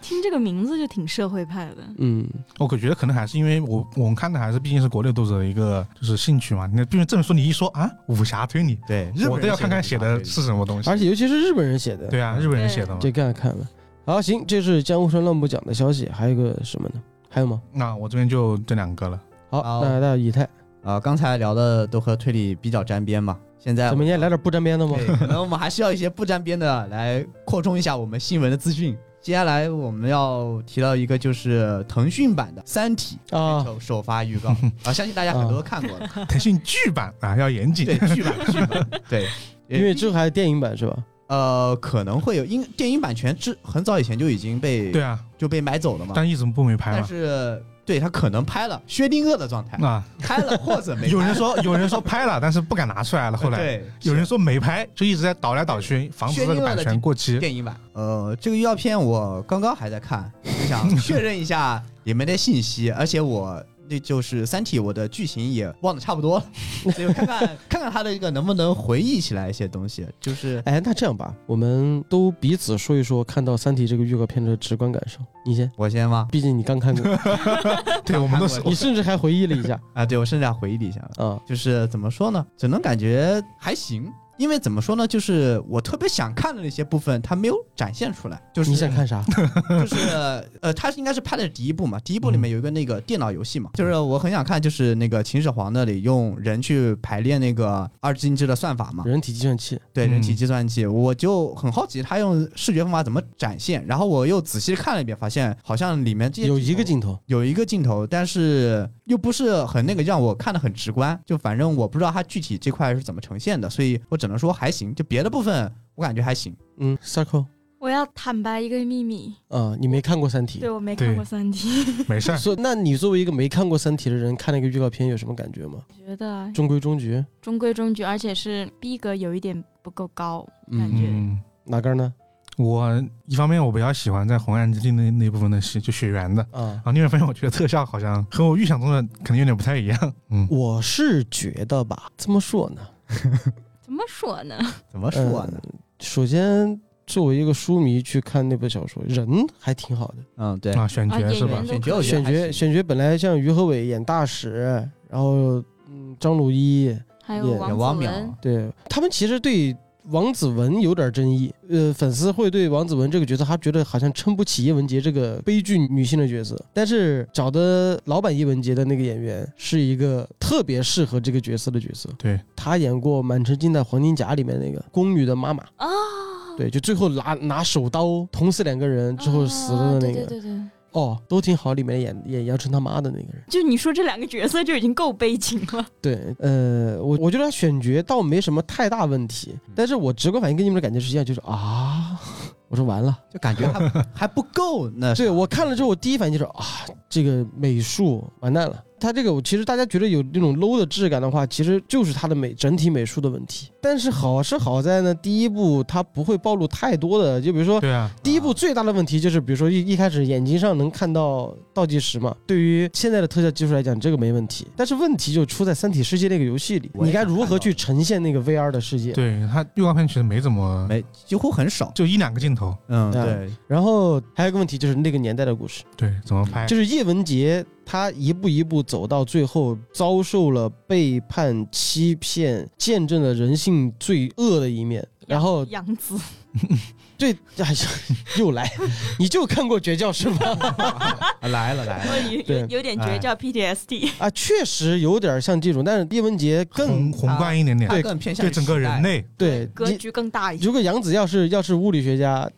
听这个名字就挺社会派的，嗯，我可觉得可能还是因为我我们看的还是毕竟是国内读者的一个就是兴趣嘛。那毕竟这本书你一说啊，武侠推理，对，我都要看看写的是什么东西。而且尤其是日本人写的，对啊，日本人写的嘛。这看看吧。好，行，这是江湖上乱步讲的消息，还有个什么呢？还有吗？那我这边就这两个 了。好，好那那以太，啊，刚才聊的都和推理比较沾边嘛，现在咱们应该来点不沾边的吗？ 对，可能我们还是要一些不沾边的来扩充一下我们新闻的资讯。接下来我们要提到一个就是腾讯版的《三体》啊首首发 预告啊，相信大家很多都看过了，腾讯剧版啊，要严谨。对剧版剧版对， 因为这还有电影版是吧？呃可能会有，因电影版权之很早以前就已经被对啊，就被买走了嘛，但一直不没拍但嘛。是对他可能拍了薛定谔的状态，啊，拍了或者没 拍有人说有人说拍了，但是不敢拿出 来了。后来对有人说没拍，就一直在倒来倒去，防止这个版权过期。电影版。呃，这个预告片我刚刚还在看，我想确认一下里面的信息，而且我那就是《三体》，我的剧情也忘得差不多了，所以我看看看看它的这个能不能回忆起来一些东西，就是。哎，那这样吧，我们都彼此说一说看到《三体》这个预告片的直观感受。你先，我先吗？毕竟你刚看 过，对，我们都是看过你甚至还回忆了一 下啊，对我甚至还回忆了一下，啊。就是怎么说呢，只能感觉还行，因为怎么说呢，就是我特别想看的那些部分，它没有展现出来。就是你想看 啥？就是呃，他应该是拍的是第一部嘛，第一部里面有一个那个电脑游戏嘛，就是我很想看，就是那个秦始皇那里用人去排列那个二进制的算法嘛，人体计算 器，对嗯人体计算器，我就很好奇他用视觉方法怎么展现，然后我又仔细看了一遍，发现好像里面这些有一个镜镜头头，有一个镜头，但是又不是很那个让我看的很直观，就反正我不知道它具体这块是怎么呈现的，所以我只能说还行，就别的部分我感觉还行。嗯，circle 我要坦白一个秘密，啊，你没看过《三体对》，我没对看过《三体》，没事儿。所以那你作为一个没看过《三体》的人，看那个预告片有什么感觉吗？ 觉得中规中矩，中规中矩，而且是逼格有一点不够高，嗯感觉。嗯，哪根呢？我一方面我比较喜欢在《红岸之地那》那部分的戏，就血缘的，啊然。后另外一方面我觉得特效好像和我预想中的可能有点不太一样。嗯，我是觉得吧，这么说呢，怎么说呢？怎么说呢？首先作为一个书迷去看那部小说，人还挺好的。嗯，对， 啊，选啊，角演是吧员？选都角我可以觉得选还角行选角本来像于和伟演大使，然后嗯张鲁一，还有演王王子淼文，对他们其实对王子文有点争议，呃，粉丝会对王子文这个角色，他觉得好像撑不起叶文洁这个悲剧女性的角色。但是找的老版叶文洁的那个演员是一个特别适合这个角色的角色，对，他演过《满城尽带黄金甲》里面那个宫女的妈妈，啊，对，就最后拿拿手刀捅死两个人之后死了的那啊对个，对对对，哦，都挺好，里面演演杨晨他妈的那个人。就你说这两个角色就已经够悲情了。对，呃，我我觉得他选角倒没什么太大问题，嗯但是我直观反应跟你们的感觉是一样，就是啊，我说完了。就感觉还 还不够那啥 对我看了之后，我第一反应就是啊，这个美术完蛋了。他这个我其实大家觉得有那种 low 的质感的话，其实就是他的美整体美术的问题。但是好是好在呢，第一部它不会暴露太多的，就比如说对 啊，第一部最大的问题就是，比如说一一开始眼睛上能看到倒计时嘛，对于现在的特效技术来讲，这个没问题。但是问题就出在《三体世界》那个游戏里，我也你该想如看何到去呈现那个 VR 的世界？对他预告片其实没怎么，没几乎很少。就一两个镜头。嗯嗯，对，然后还有一个问题就是那个年代的故事，对，怎么哎拍？就是叶文洁她一步一步走到最后，遭受了背叛、欺骗，见证了人性最恶的一面。然后杨紫，对，哎呀， 又来，你就看过《绝教》是 吧？啊来了来了，有对哎有有点绝叫 PTSD，啊，确实有点像这种，但是叶文洁更宏宏观一点点，它更偏向对于整个时代人类，对 格你局更大一些。如果杨紫要是要是物理学家，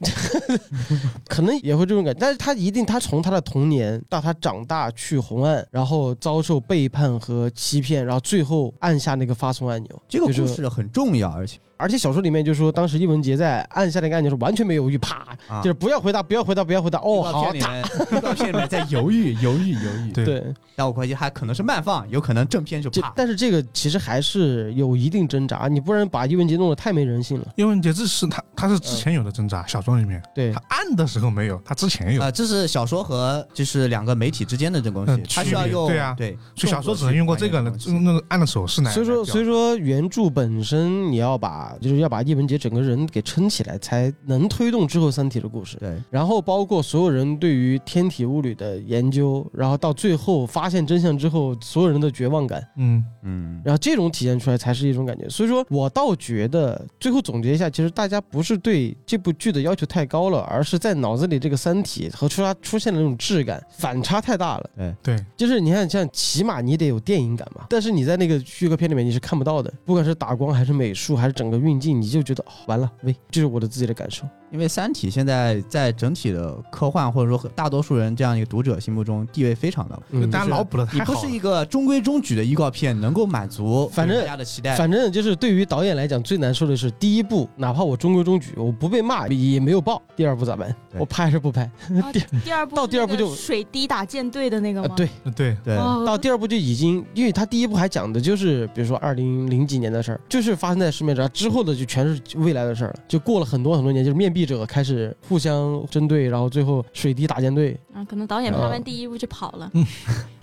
可能也会这种感觉。但是他一定，他从他的童年到他长大去红岸，然后遭受背叛和欺骗，然后最后按下那个发送按钮。这个就故是事很重要，而且而且小说里面就说，当时叶文洁在按下那个按钮是完全没有犹豫，啪，啊就是不要回答，不要回答，不要回答。预哦，告好片，里面，预告片里面在犹豫犹豫犹豫。 对对，但我估计还可能是慢放，有可能正片就这啪。但是这个其实还是有一定挣扎，你不然把叶文洁弄得太没人性了。因为节制是他，他是嗯之前有的挣扎，小说里面对他，按的时候没有，他之前有啊、，这是小说和就是两个媒体之间的这东西嗯，它区需要别用对啊对，所以小说动作去只能用过这个还原了嗯东，西用那个按的手势来。所以说，所以说，说原著本身你要把就是要把叶文洁整个人给撑起来，才能推动之后《三体》的故事。对，然后包括所有人对于天体物理的研究，然后到最后发现真相之后，所有人的绝望感，嗯，嗯，然后这种体现出来才是一种感觉。所以说我倒觉得，最后总结一下，其实大家不是对这部剧的要求太高了，而是在脑子里这个《三体》和出它出现的那种质感反差太大了。对，就是你看，像起码你得有电影感吧，但是你在那个预告片里面你是看不到的，不管是打光还是美术还是整个运镜，你就觉得、哦、完了，喂，这是我的自己的感受。因为《三体》现在在整体的科幻或者说大多数人这样一个读者心目中地位非常的，就嗯，大家脑 补的你太不好是了一。个中规中矩的预告片能够满足反正大家的期待，反正就是对于导演来讲，最难受的是第一部，哪怕我中规中矩，我不被骂也没有爆。第二部咋办？对我拍还是不拍？啊第二部到是第二部那个就水滴打舰队的那个啊吗？，对。呃对，对，哦，到第二部就已经，因为他第一部还讲的就是，比如说二零零几年的事儿，就是发生在市面上之后的，就全是未来的事儿了。就过了很多很多年，就是面壁者开始互相针对，然后最后水滴打舰队，啊，可能导演拍啊完第一部就跑了。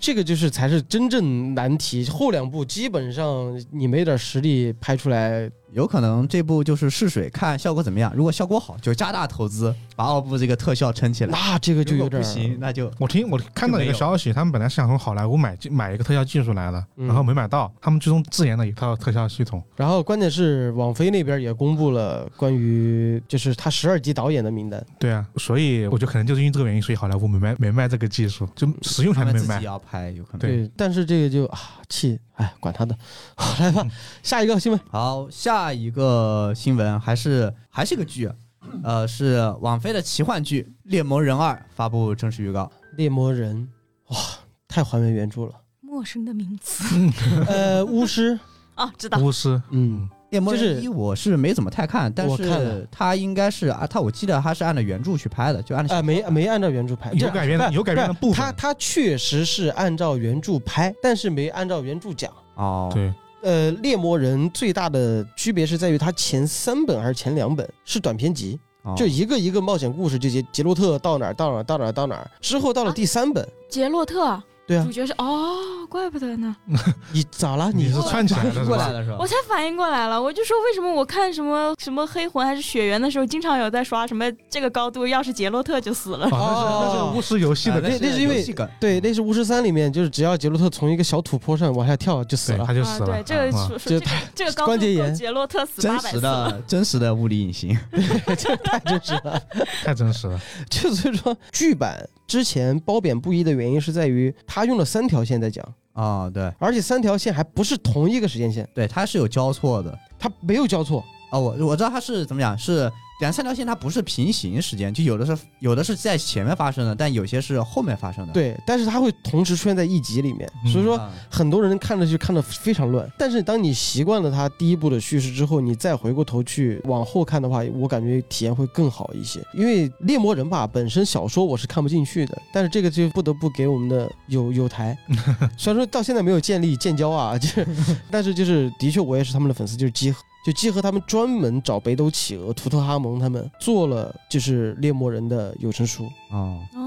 这个就是才是真正难题。后两部基本上你没点实力拍出来，有可能这部就是试水，看效果怎么样。如果效果好，就加大投资把二部这个特效撑起来；那这个就如有果点不儿行，那就我听我看到一个消息，他们本来是想从好莱坞买买一个特效技术来了，嗯然后没买到，他们最终自研了一套特效系统。然后关键是网飞那边也公布了关于就是他十二集导演的名单，对啊，所以我觉得可能就是因为这个原因，所以好莱坞没卖没卖这个技术，嗯就使用他上们没自卖己。要拍，有可能。对但是这个就啊气，哎，管他的，好 来吧，下一个新闻，好，下一个新闻还是还是个剧，呃，是网飞的奇幻剧《猎魔人二》发布正式预告。猎魔人，哇，太还原原著 了，陌生的名字呃，巫师， 哦，知道。巫师，嗯，猎魔就是人一我是没怎么太看，但我看了是它应该是啊，它我记得它是按照原著去拍的，就按照啊，没没按照原著拍，有这改编的不有改编的部分他他确实是按照原著拍，但是没按照原著讲。哦，对，呃，猎魔人最大的区别是在于它前三本还是前两本是短篇集，哦就一个一个冒险故事，就杰杰洛特到哪儿到哪儿到哪儿到哪儿，之后到了第三本，杰洛特对啊主，角是哦，怪不得呢，你咋了？你你是串起来的是过来吧？了是吧我？才反应过来了，我就说为什么我看什么什么黑魂还是血缘的时候，经常有在刷什么这个高度，要是杰洛特就死了啊，。那是那哦是巫师游戏的啊那是那是因为游戏梗对，那是巫师三里面，就是只要杰洛特从一个小土坡上往下跳就死对，了他。就啊，死了。对，这个啊说说这就个这个高度关节够炎杰洛特死真八百实次了。的真实的物理隐形， 真是的，太真实了。 就所以说剧版之前褒贬不一的原因是在于他用了三条线在讲，哦，对而且三条线还不是同一个时间线，对，它是有交错的。它没有交错。哦，我我知道它是怎么讲，是两三条线它不是平行时间，就有的是有的是在前面发生的，但有些是后面发生的。对，但是它会同时出现在一集里面，嗯所以说啊，很多人看着就看得非常乱，但是当你习惯了它第一部的叙事之后，你再回过头去往后看的话，我感觉体验会更好一些。因为《猎魔人》吧，本身小说我是看不进去的，但是这个就不得不给我们的有 有台，虽然说到现在没有建立建交啊，就是，但是就是的确我也是他们的粉丝，就是集合。就集合他们专门找北斗企鹅、图特哈蒙他们做了就是《猎魔人》的有声书，哦，哦，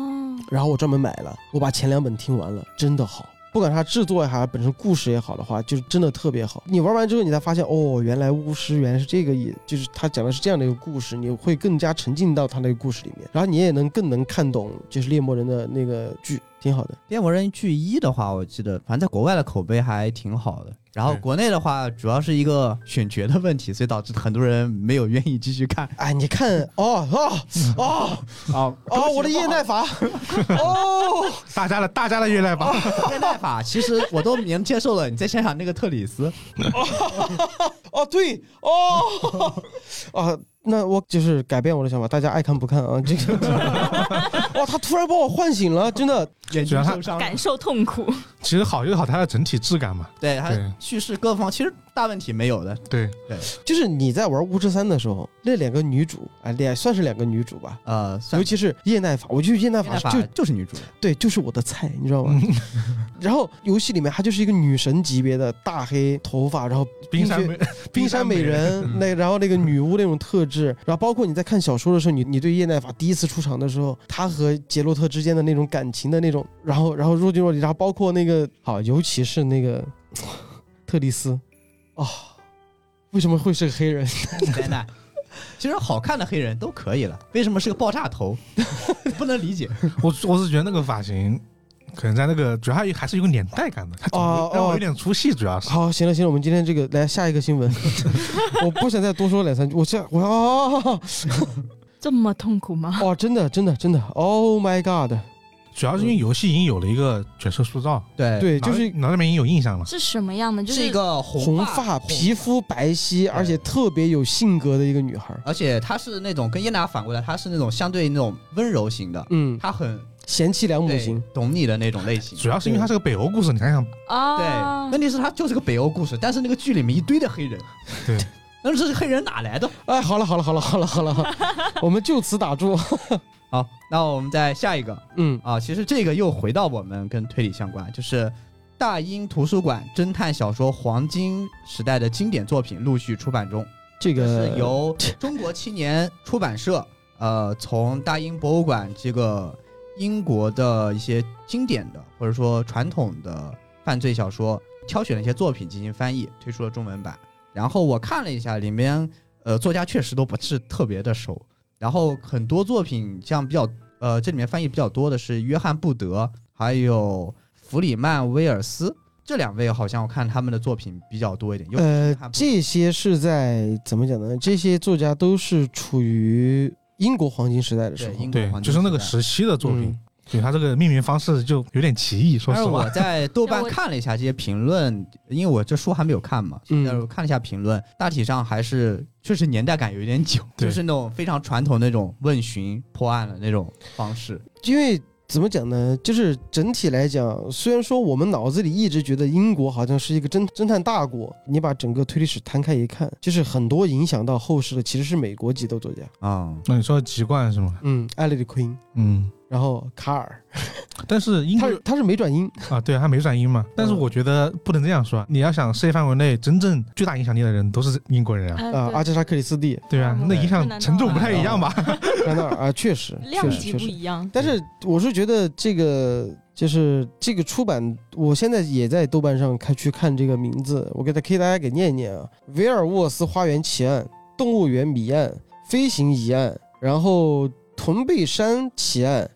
然后我专门买了，我把前两本听完了，真的好。不管它制作也好，本身故事也好的话，就是真的特别好。你玩完之后，你才发现，哦，原来巫师原来是这个意，就是他讲的是这样的一个故事，你会更加沉浸到他那个故事里面，然后你也能更能看懂就是猎魔人的那个剧，挺好的。 《猎魔人剧一》的话，我记得反正在国外的口碑还挺好的。然后对国内的话，主要是一个选角的问题，所以导致很多人没有愿意继续看。哎，你看，哦哦哦啊哦，我的叶奈法，哦，大家的大家的月亮吧，没办法，其实我都能接受了。你再想想那个特里斯，哦，对，哦，啊，那我就是改变我的想法，大家爱看不看啊？这个，哇，他突然把我唤醒了，真的，眼主睛要他受伤了，感受痛苦。其实好就是好它的整体质感嘛。对他对叙事各方其实大问题没有的。对，就是你在玩巫师三的时候，那两个女主，哎，也算是两个女主吧。呃，算尤其是叶奈法，我觉得叶奈法没办是法就就是女主， 对，就是我的菜，你知道吗？ 然后游戏里面她就是一个女神级别的大黑头发，然后冰山雪美 冰山美人，嗯那然后那个女巫那种特质，然后包括你在看小说的时候，你你对叶奈法第一次出场的时候，她和杰洛特之间的那种感情的那种，然后然后若即若离，然后包括那个好，尤其是那个 特丽斯，啊、为什么会是个黑人？灾难。其实好看的黑人都可以了，为什么是个爆炸头？不能理解。我我是觉得那个发型，可能在那个主要还有还是有个年代感的，它总哦让我哦有点出戏，主要是。好，行了行了，我们今天这个来下一个新 闻，我不想再多说两三句，我下我哦这么痛苦吗？哦，真的真的真的，Oh my God，主要是因为游戏已经有了一个角色塑造，对，对，就是脑袋里面已经有印象了。是什么样的？就是一个红哎红发、皮肤白皙，而且特别有性格的一个女孩。而且她是那种跟叶娜反过来，她是那种相对那种温柔型的，嗯，她很贤妻良母对型，懂你的那种类型。主要是因为它是个北欧故事，你想想，啊，对，问题是她就是个北欧故事，但是那个剧里面一堆的黑人，对， 那这是黑人哪来的？哎，好了好了好了好了 好了，我们就此打住。好，那我们再下一个嗯，啊，其实这个又回到我们跟推理相关，就是大英图书馆侦探小说黄金时代的经典作品陆续出版中。这这个是由中国青年出版社，呃，从大英博物馆这个英国的一些经典的或者说传统的犯罪小说挑选了一些作品进行翻译，推出了中文版。然后我看了一下，里面呃作家确实都不是特别的熟，然后很多作品像比较呃这里面翻译比较多的是约翰布德，还有弗里曼威尔斯。这两位好像我看他们的作品比较多一点，尤其是呃约翰，布德这些是在怎么讲呢？这些作家都是处于英国黄金时代的时对候英。国对黄，就金是那时个代时期的作品嗯，对它这个命名方式就有点奇异，说但是实我话。在豆瓣我看了一下这些评论，因为我这书还没有看嘛，嗯但是我看了一下评论，大体上还是确实年代感有一点久，对就是那种非常传统那种问询破案的那种方式。因为怎么讲呢？就是整体来讲，虽然说我们脑子里一直觉得英国好像是一个侦侦探大国，你把整个推历史摊开一看，就是很多影响到后世的其实是美国籍的作家，啊、那你说籍贯是吗？嗯，艾利的 Queen，嗯，然后卡尔，但是英他国他是没转音，啊，对啊，他没转音嘛。但是我觉得不能这样说，你要想世界范围内真正巨大影响力的人都是英国人啊， 啊，阿啊，加莎·克里斯蒂、 对啊啊，那对影响太难程度到不了太一样吧？在那儿啊，确实，量确实，级确不实。一样。但是我是觉得这个就是这个出版，我现在也在豆瓣上看去看这个名字，我给他给大家给念一念啊：维尔沃斯花园奇案、动物园谜案、飞行疑案，然后屯贝山奇案、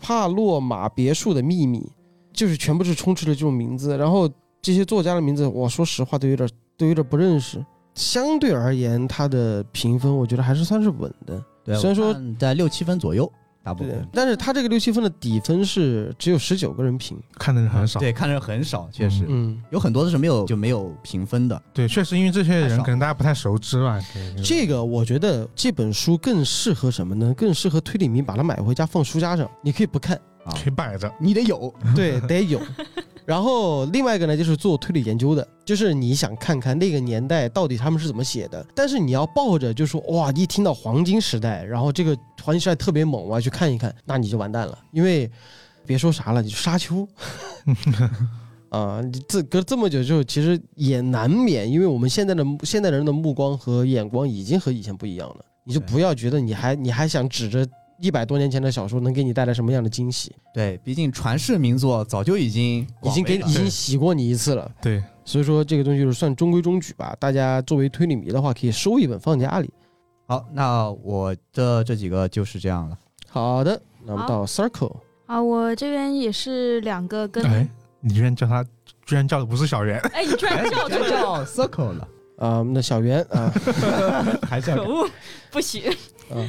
帕洛马别墅的秘密，就是全部是充斥了这种名字。然后这些作家的名字，我说实话都有点都有点不认识。相对而言，它的评分我觉得还是算是稳的。对，虽然说我看在六七分左右，大部对分，但是他这个六七分的底分是只有十九个人评， 看的人很少，对，看着很少，确实、嗯，有很多是没有就没有评分的。对，确实因为这些太人少可能大家不太熟知吧。对对这个我觉得这本书更适合什么呢？更适合推理迷，把它买回家放书架上，你可以不看， 啊可以摆着，你得有， 对，得有。然后另外一个呢，就是做推理研究的，就是你想看看那个年代到底他们是怎么写的，但是你要抱着就说哇，一听到黄金时代，然后这个黄金时代特别猛，我要去看一看，那你就完蛋了，因为别说啥了，你就沙丘。啊，你这隔这么久之后，其实也难免，因为我们现在的现代人的目光和眼光已经和以前不一样了。你就对不要觉得你还你还想指着一百多年前的小说能给你带来什么样的惊喜，对，毕竟传世名作早就已经已经给广为了已经洗过你一次了。对，所以说这个东西就是算中规中矩吧。大家作为推理迷的话，可以收一本放家里。好，那我的这几个就是这样了。好的，那我们好到 Circle，啊，我这边也是两个跟，哎，你居然叫他，居然叫的不是小圆，哎，你居然叫出该来叫了，circle 了，啊、那小袁 啊，还是可恶，不许。 嗯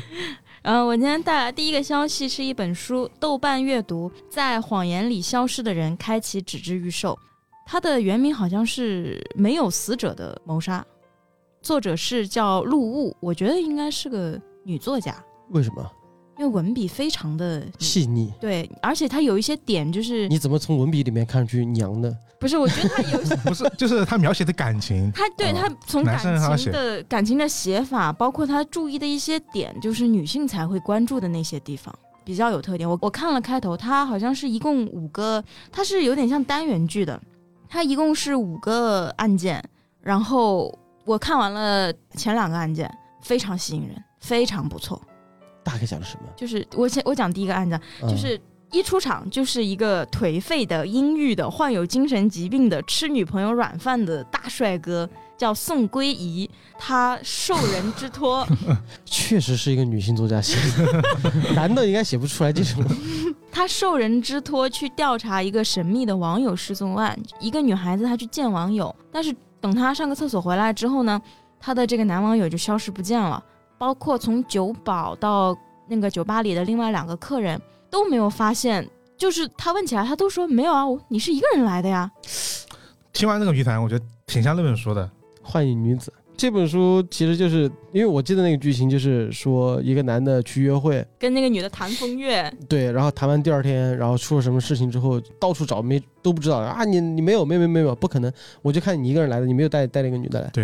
嗯、我今天带来第一个消息是一本书，豆瓣阅读《在谎言里消失的人》开启纸质预售，它的原名好像是《没有死者的谋杀》，作者是叫陆雾，我觉得应该是个女作家，为什么因为文笔非常的细腻？对，而且它有一些点就是你怎么从文笔里面看上去娘的？不是，我觉得它有一些，不是，就是他描写的感情他对哦他嗯从男生让他感写情的感情的写法，包括他注意的一些点，就是女性才会关注的那些地方，比较有特点。我我看了开头，它好像是一共五个，它是有点像单元剧的，它一共是五个案件，然后我看完了前两个案件，非常吸引人，非常不错。大概讲了什么？就是我先我讲第一个案子啊，嗯就是一出场就是一个颓废的、阴郁的、患有精神疾病的、吃女朋友软饭的大帅哥，叫宋归仪，他受人之托，确实是一个女性作家写 的， 男的应该写不出来这种。他受人之托去调查一个神秘的网友失踪案。一个女孩子她去见网友，但是等她上个厕所回来之后呢，她的这个男网友就消失不见了。包括从酒保到那个酒吧里的另外两个客人都没有发现，就是他问起来，他都说没有啊，我你是一个人来的呀。听完这个谜团，我觉得挺像那本书的，幻影女子这本书其实就是因为我记得那个剧情就是说一个男的去约会，跟那个女的谈风月，对，然后谈完第二天，然后出了什么事情之后，到处找没都不知道啊，你你没有没有没有没有，不可能，我就看你一个人来的，你没有带带那个女的来，对，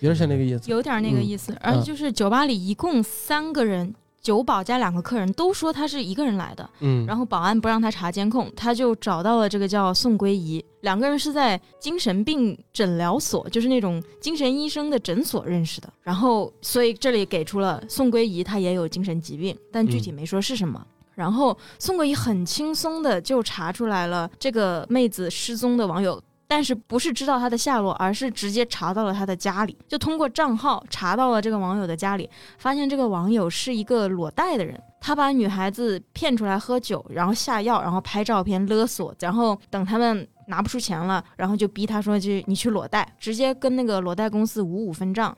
有点像那个意思。 有点那个意思。而且就是酒吧里一共三个人，酒保加两个客人都说他是一个人来的。嗯，然后后保安不让他查监控，他就找到了这个叫宋归仪，两个人是在精神病诊疗所，就是那种精神医生的诊所认识的。然后，所以这里给出了宋归仪他也有精神疾病，但具体没说是什么。然后宋归仪很轻松的就查出来了这个妹子失踪的网友。但是不是知道她的下落，而是直接查到了她的家里，就通过账号查到了这个网友的家里，发现这个网友是一个裸贷的人，他把女孩子骗出来喝酒，然后下药，然后拍照片勒索，然后等他们拿不出钱了，然后就逼他说去你去裸贷，直接跟那个裸贷公司五五分账。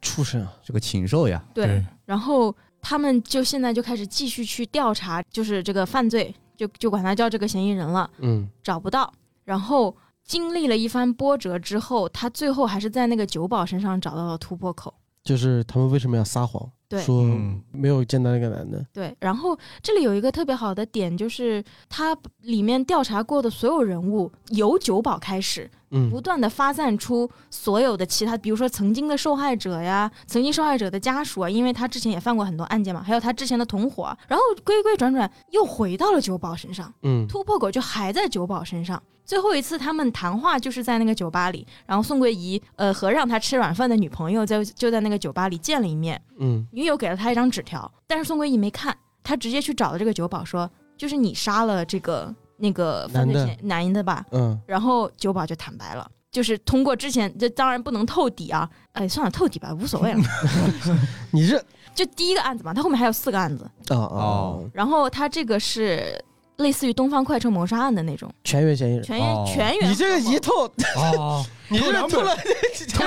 畜生啊，这个禽兽呀，对，，然后他们就现在就开始继续去调查，就是这个犯罪，就就管他叫这个嫌疑人了。嗯，找不到，然后经历了一番波折之后，他最后还是在那个酒保身上找到了突破口。就是他们为什么要撒谎？对说嗯没有见到那个男的，对，然后这里有一个特别好的点，就是它里面调查过的所有人物，由九保开始，不嗯断的发散出所有的其他，比如说曾经的受害者呀，曾经受害者的家属啊，因为他之前也犯过很多案件嘛，还有他之前的同伙啊，然后归归转转又回到了九保身上。嗯突破口就还在九保身上。最后一次他们谈话就是在那个酒吧里，然后宋桂仪呃和让他吃软饭的女朋友在就在那个酒吧里见了一面，嗯女友给了他一张纸条，但是宋桂仪没看，他直接去找了这个酒保说，就是你杀了这个那个犯罪男的嫌男的吧，嗯然后酒保就坦白了。就是通过之前，这当然不能透底啊，哎，算了，透底吧，无所 谓了。你这就第一个案子嘛，他后面还有四个案子，啊啊哦，然后他这个是类似于东方快车谋杀案的那种，全员嫌疑人，全员、哦全员。你这个 一透，哦，你这个偷突两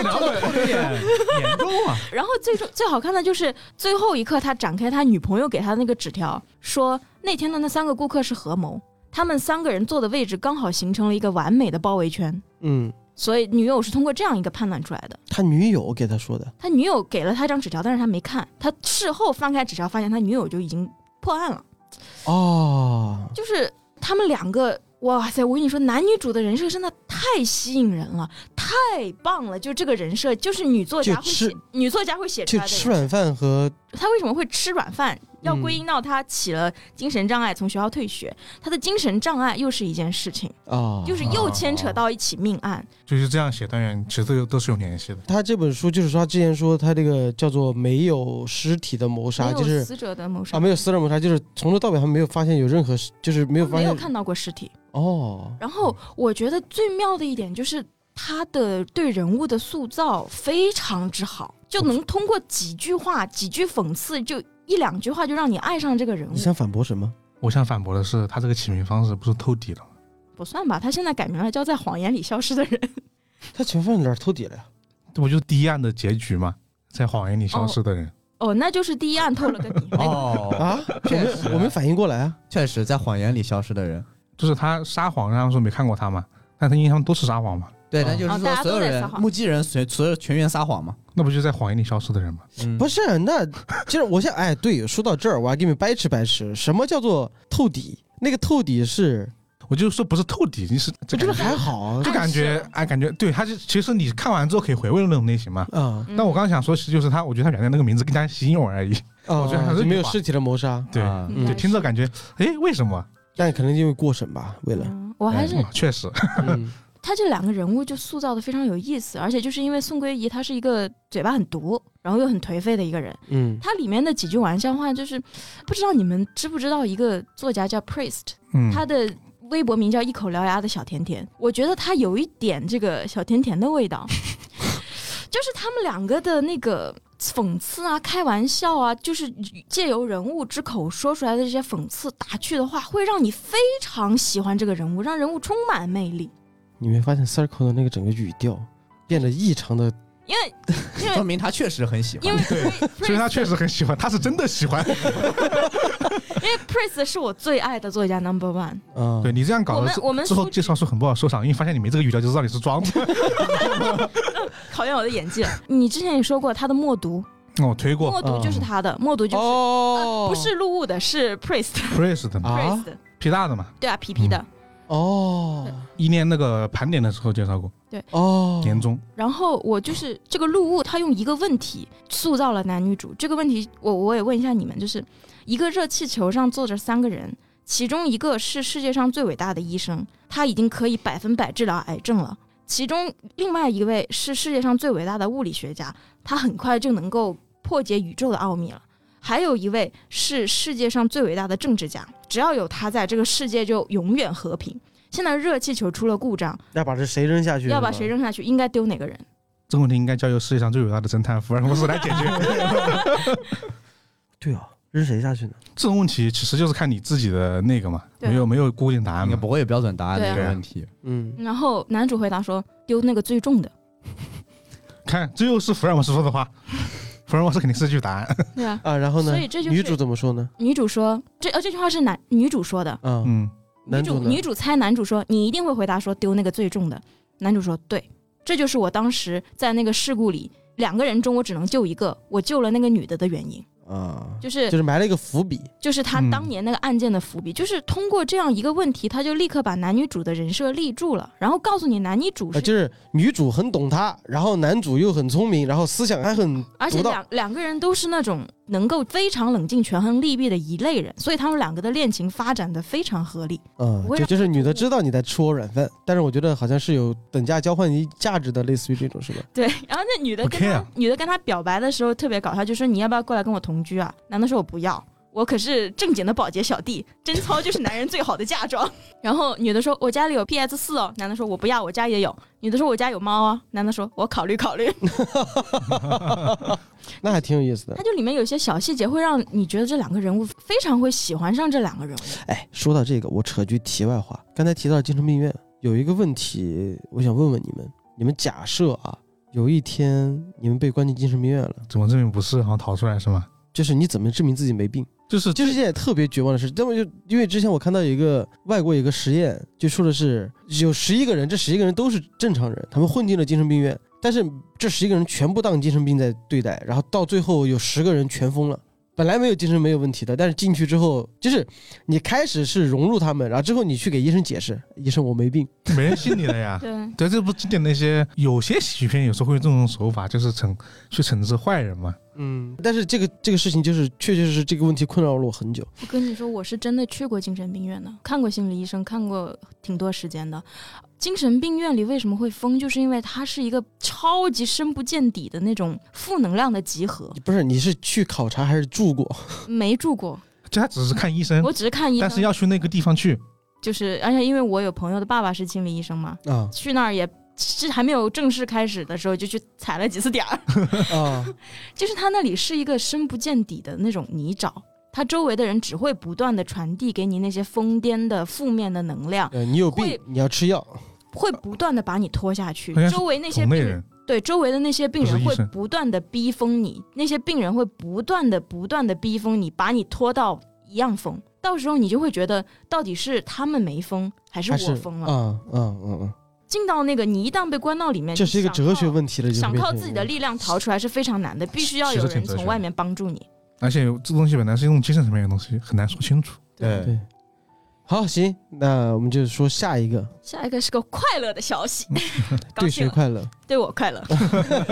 然偷两本，严重啊！然后最终最好看的就是最后一刻，他展开他女朋友给他那个纸条，说那天的那三个顾客是合谋，他们三个人坐的位置刚好形成了一个完美的包围圈，嗯，所以女友是通过这样一个判断出来的。他女友给他说的，他女友给了他一张纸条，但是他没看，他事后翻开纸条，发现他女友就已经破案了，哦，就是他们两个。哇塞！我跟你说，男女主的人设真的太吸引人了，太棒了！就这个人设，就是女作家就会写吃，女作家会写出就来的人设。吃软饭和他为什么会吃软饭？要嗯归因到他起了精神障碍，从学校退学，他的精神障碍又是一件事情，啊，就是又牵扯到一起命案。就是这样写，当然其实都有都是有联系的。他这本书就是说，他之前说他这个叫做没有尸体的谋没杀，就有是死者的谋杀，啊没有私人谋杀，就是从头到尾他没有发现有任何，就是没有他发哦没有现看到过尸体。哦，然后我觉得最妙的一点就是他的对人物的塑造非常之好，就能通过几句话、几句讽刺，就一两句话就让你爱上这个人物你。想反驳什么？我想反驳的是，他这个起名方式不是透底的吗？不算吧，他现在改名了，叫在谎言里消失的人。他前犯哪儿偷底了呀？这不就是第一案的结局吗？在谎言里消失的人，哦，那就是第一案透了 个底。那个 哦，啊，我没实我没反应过来啊。确实，在谎言里消失的人，就是他撒谎，让他们说没看过他嘛，但他印象都是撒谎嘛，对，哦那就是哦说大家所有都在人撒谎目击人随所有全员撒谎嘛？那不就在谎言里消失的人吗？不是，啊那其实我想，哎，对，说到这儿，我还给你们掰扯掰扯，什么叫做透底？那个透底是，我就说不是透底，你是我这觉得个还好啊就感觉哎，感觉对他就其实你看完之后可以回味的那种类型嘛。啊嗯但我刚刚想说，其实就是他，我觉得他原来那个名字更加吸引我而已。啊，我觉得还是就没有有吧尸体的谋杀，对，啊应嗯该对，听着是感觉，哎，为什么？但可能因为过审吧，为了，嗯我还是嗯确实，嗯他这两个人物就塑造的非常有意思，而且就是因为宋归仪他是一个嘴巴很毒，然后又很颓废的一个人， 嗯，他里面的几句玩笑话就是，不知道你们知不知道一个作家叫 Priest，嗯，他的微博名叫一口獠牙的小甜甜，我觉得他有一点这个小甜甜的 味道，就是他们两个的那个。讽刺啊，开玩笑啊，就是借由人物之口说出来的这些讽刺打趣的话，会让你非常喜欢这个人物，让人物充满魅力。你没发现 circle 的那个整个语调变得异常的，因为因说为明他确实很喜欢。因为对 Pri- 所以他 Priest 确实很喜欢，他是真的喜欢。因为 Priest 是我最爱的作家 Number One，啊，对，你这样搞我的们之我们之后苏介绍书很不好收场，因为发现你没这个语料，就知道你是装 的。考验我的演技了。 你之前也说过他的默读，我哦推过默读就是他的，默读就嗯是、哦呃，不是陆雾的，是 Priest。 Praise 的嘛啊 Priest， ，P 大的嘛，对啊，皮皮的。哦一年那个盘点的时候介绍过，哦，年终然后我就是这个陆雾，他用一个问题塑造了男女主。这个问题我我也问一下你们，就是一个热气球上坐着三个人，其中一个是世界上最伟大的医生，他已经可以百分百治疗癌症了。其中另外一位是世界上最伟大的物理学家，他很快就能够破解宇宙的奥秘了。还有一位是世界上最伟大的政治家，只要有他在，这个世界就永远和平。现在热气球出了故障，要把这谁扔下去？要把谁？扔下去，应该丢哪个人？这个问题应该交由世界上最伟大的侦探福尔摩斯来解决。 对啊，扔谁下去呢？这种问题其实就是看你自己的那个嘛，对啊没有没有固定答案应该嘛。不会有标准答案的一对个啊问题。嗯，然后男主回答说：“丢那个最重的。看，这又是福尔摩斯说的话，福尔摩斯肯定是句答案。” 对啊，啊，然后呢？所以这就是女主怎么说呢？女主说：“这呃，这句话是男女主说的。啊，嗯，女男主主呢女？主猜男主说：‘你一定会回答说丢那个最重的。’男主说：‘对，这就是我当时在那个事故里两个人中我只能救一个，我救了那个女的的原因，啊，就是就是埋了一个伏笔。就是他嗯当年那个案件的伏笔，就是通过这样一个问题，他就立刻把男女主的人设立住了，然后告诉你男女主呃，是，就是女主很懂他，然后男主又很聪明，然后思想还很而且独到两两个人都是那种能够非常冷静、权衡利弊的一类人，所以他们两个的恋情发展的非常合理。嗯不，会就让就是女的知道你在吃我软饭，但是我觉得好像是有等价交换一价值的，类似于这种是吧？对，然后那女的不跟他啊 care 女的跟他表白的时候特别搞笑，就说你要不要过来跟我同居啊？男的说我不要，我可是正经的保洁小弟，贞操就是男人最好的嫁妆。 然后女的说我家里有 PS 四哦，男的说我不要，我家也有。女的说我家有猫啊，男的说我考虑 考虑。那还挺有意思的它。就里面有些小细节会让你觉得这两个人物非常会喜欢上这两个人物。哎，说到这个，我扯句题外话，刚才提到精神病院，有一个问题，我想问问你们，你们假设啊，有一天你们被关进精神病院了，怎么证明不是？然后逃出来是吗？就是你怎么证明自己没病？就是这是一件特别绝望的事。要么就因为之前我看到有一个外国有一个实验，就说的是有十一个人，这十一个人都是正常人，他们混进了精神病院，但是这十一个人全部当精神病在对待，然后到最后有十个人全疯了。本来没有精神没有问题的，但是进去之后，就是你开始是融入他们，然后之后你去给医生解释，医生我没病，没人信你了呀。对，对，这不经典那些有些喜剧片有时候会用这种手法，就是惩去惩治坏人嘛。嗯，但是这个这个事情就是确确实实这个问题困扰了我很久。我跟你说，我是真的去过精神病院的，看过心理医生，看过挺多时间的。精神病院里为什么会疯，就是因为它是一个超级深不见底的那种负能量的集合。不是，你是去考察还是住过？没住过，就他只是看医生，我只是看医嗯但是生，要去那个地方去，就是而且因为我有朋友的爸爸是心理医生嘛，啊去那儿也是还没有正式开始的时候就去踩了几 次点儿。 啊，就是它那里是一个深不见底的那种泥沼，它周围的人只会不断的传递给你那些疯癫的负面的能量，呃，你有病会，你要吃药。会不断的把你拖下去好像。是周围那些同类病人人。对周围的那些病不人是医会生不断的逼疯你，那些病人会不断的不断的逼疯你，把你拖到一样疯。到时候你就会觉得，到底是他们没疯，还是还是我疯了？嗯嗯嗯嗯，进到那个，你一旦被关到里面，这是一个你想哲学靠问题了，就是想变靠成自己的力量逃出来是非常难的，必须要其实有挺人哲学从的外面帮助你。而且这东西本来是用精神层面的东西，很难说清楚。对对。好，行，那我们就说下一个，下一个是个快乐的消息， 高对兴谁了，快乐？对我快乐，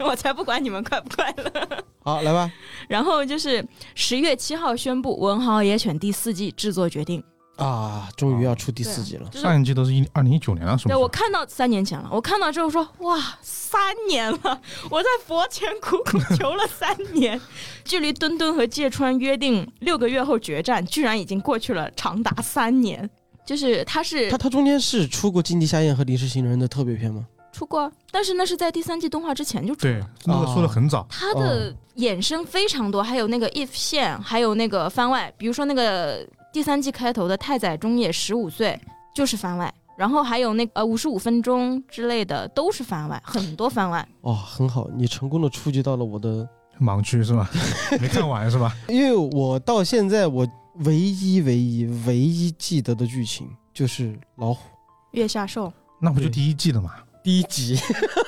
我才不管你们快不快乐。好，来吧。然后就是十月七号宣布《文豪野犬》第四季制作决定，啊，终于要出第四季了，就是上一季都是一二零一九年了，啊是不对我是？看到三年前了，我看到之后说哇，三年了！我在佛前苦苦求了三年， 距离墩墩和芥川约定六个月后决战，居然已经过去了长达三年。就是他是他他中间是出过《禁地夏宴》和《临时行人》的特别篇吗？出过，但是那是在第三季动画之前就出对，那个说的很早，它的衍生非常多，还有那个 if 线，还有那个番外，比如说那个第三季开头的太宰中野十五岁就是番外，然后还有那个呃五十五分钟之类的都是番外，很多番外。哦，很好，你成功的触及到了我的，盲区是吧？没看完是吧？因为我到现在我唯一唯一唯一记得的剧情就是老虎月下兽，那不就第一季的嘛？第一集，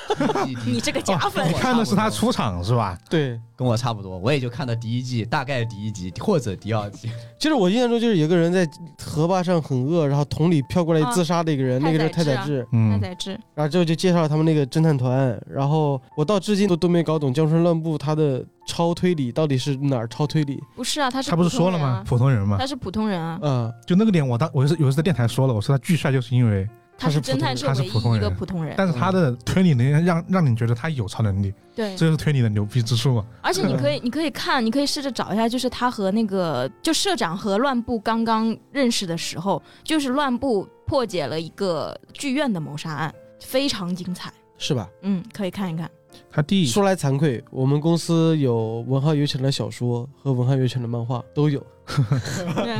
你这个假粉你看的是他出场是吧？对。跟我差不多，我也就看到第一季，大概第一集或者第二集。就是我印象中，就是有个人在河坝上很饿，然后桶里飘过来啊自杀的一个人，那个人太太宰宰治啊治，太嗯，宰治，然后之后就介绍了他们那个侦探团，然后我到至今都都没搞懂江川乱步他的超推理到底是哪儿超推理不是啊，他是他不是普通说了人啊吗？普通人嘛，他是普通人啊，啊、就那个点，我当我是有一次在电台说了，我说他巨帅，就是因为，他是是普通侦探社他是唯普通一一个人普通人。但是他的推理能让让你觉得他有超能力，对，这就是推理的牛逼之处嘛。而且你可嗯以，你可以看，你可以试着找一下，就是他和那个就社长和乱步刚刚认识的时候，就是乱步破解了一个剧院的谋杀案，非常精彩。是吧？嗯，可以看 一看。他第一说来惭愧，我们公司有文浩有犬的小说和文浩有犬的漫画都有，对，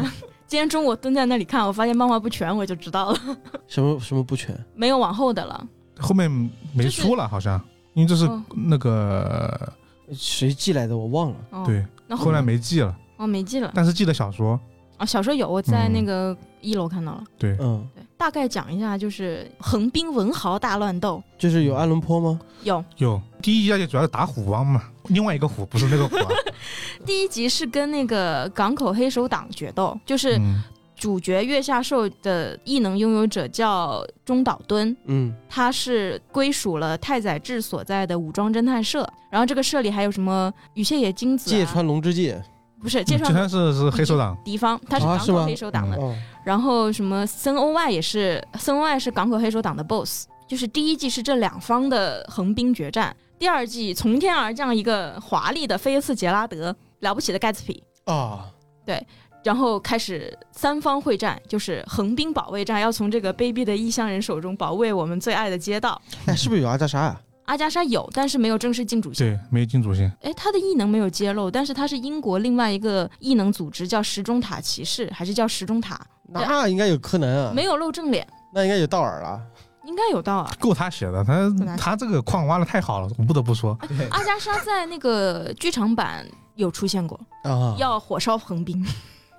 今天中午我蹲在那里看，我发现漫画不全，我就知道了，什么什么不全没有往后的了。后面没出了，好像，因为这是嗯那个谁寄来的我忘了。哦，对，那后后来没记了，哦没记了。但是记得小说。啊，小说有，我在嗯那个一楼看到了。对，嗯对，大概讲一下，就是横滨文豪大乱斗就是有爱伦坡吗？有有第一家就主要是打虎王嘛，另外一个虎不是那个虎啊，第一集是跟那个港口黑手党决斗，就是嗯主角月下兽的异能拥有者叫中岛敦，嗯，他是归属了太宰治所在的武装侦探社，然后这个社里还有什么羽蟹野金子、啊、芥川龙之介不是芥这川算嗯是是黑手党，敌方，他是啊港是口吗黑手党的，哦，然后什么森欧外也是森欧外是港口黑手党的 BOSS，就是第一季是这两方的横滨决战，第二季从天而降一个华丽的菲斯杰拉德，了不起的盖茨比。啊，然后开始三方会战，就是横滨保卫战，要从这个卑鄙的异乡人手中保卫我们最爱的街道。哎，是不是有阿加莎呀？阿加莎有，但是没有正式进主嗯线。对，没进主线。哎，他的异能没有揭露，但是他是英国另外一个异能组织叫时钟塔骑士，还是叫时钟塔？那应该有柯南啊，没，有露正脸，那应该有道尔了。应该有道啊。够他写的，他够他写他这个矿挖的太好了，我不得不说。嗯阿加莎在那个剧场版有出现过，啊，要火烧横滨，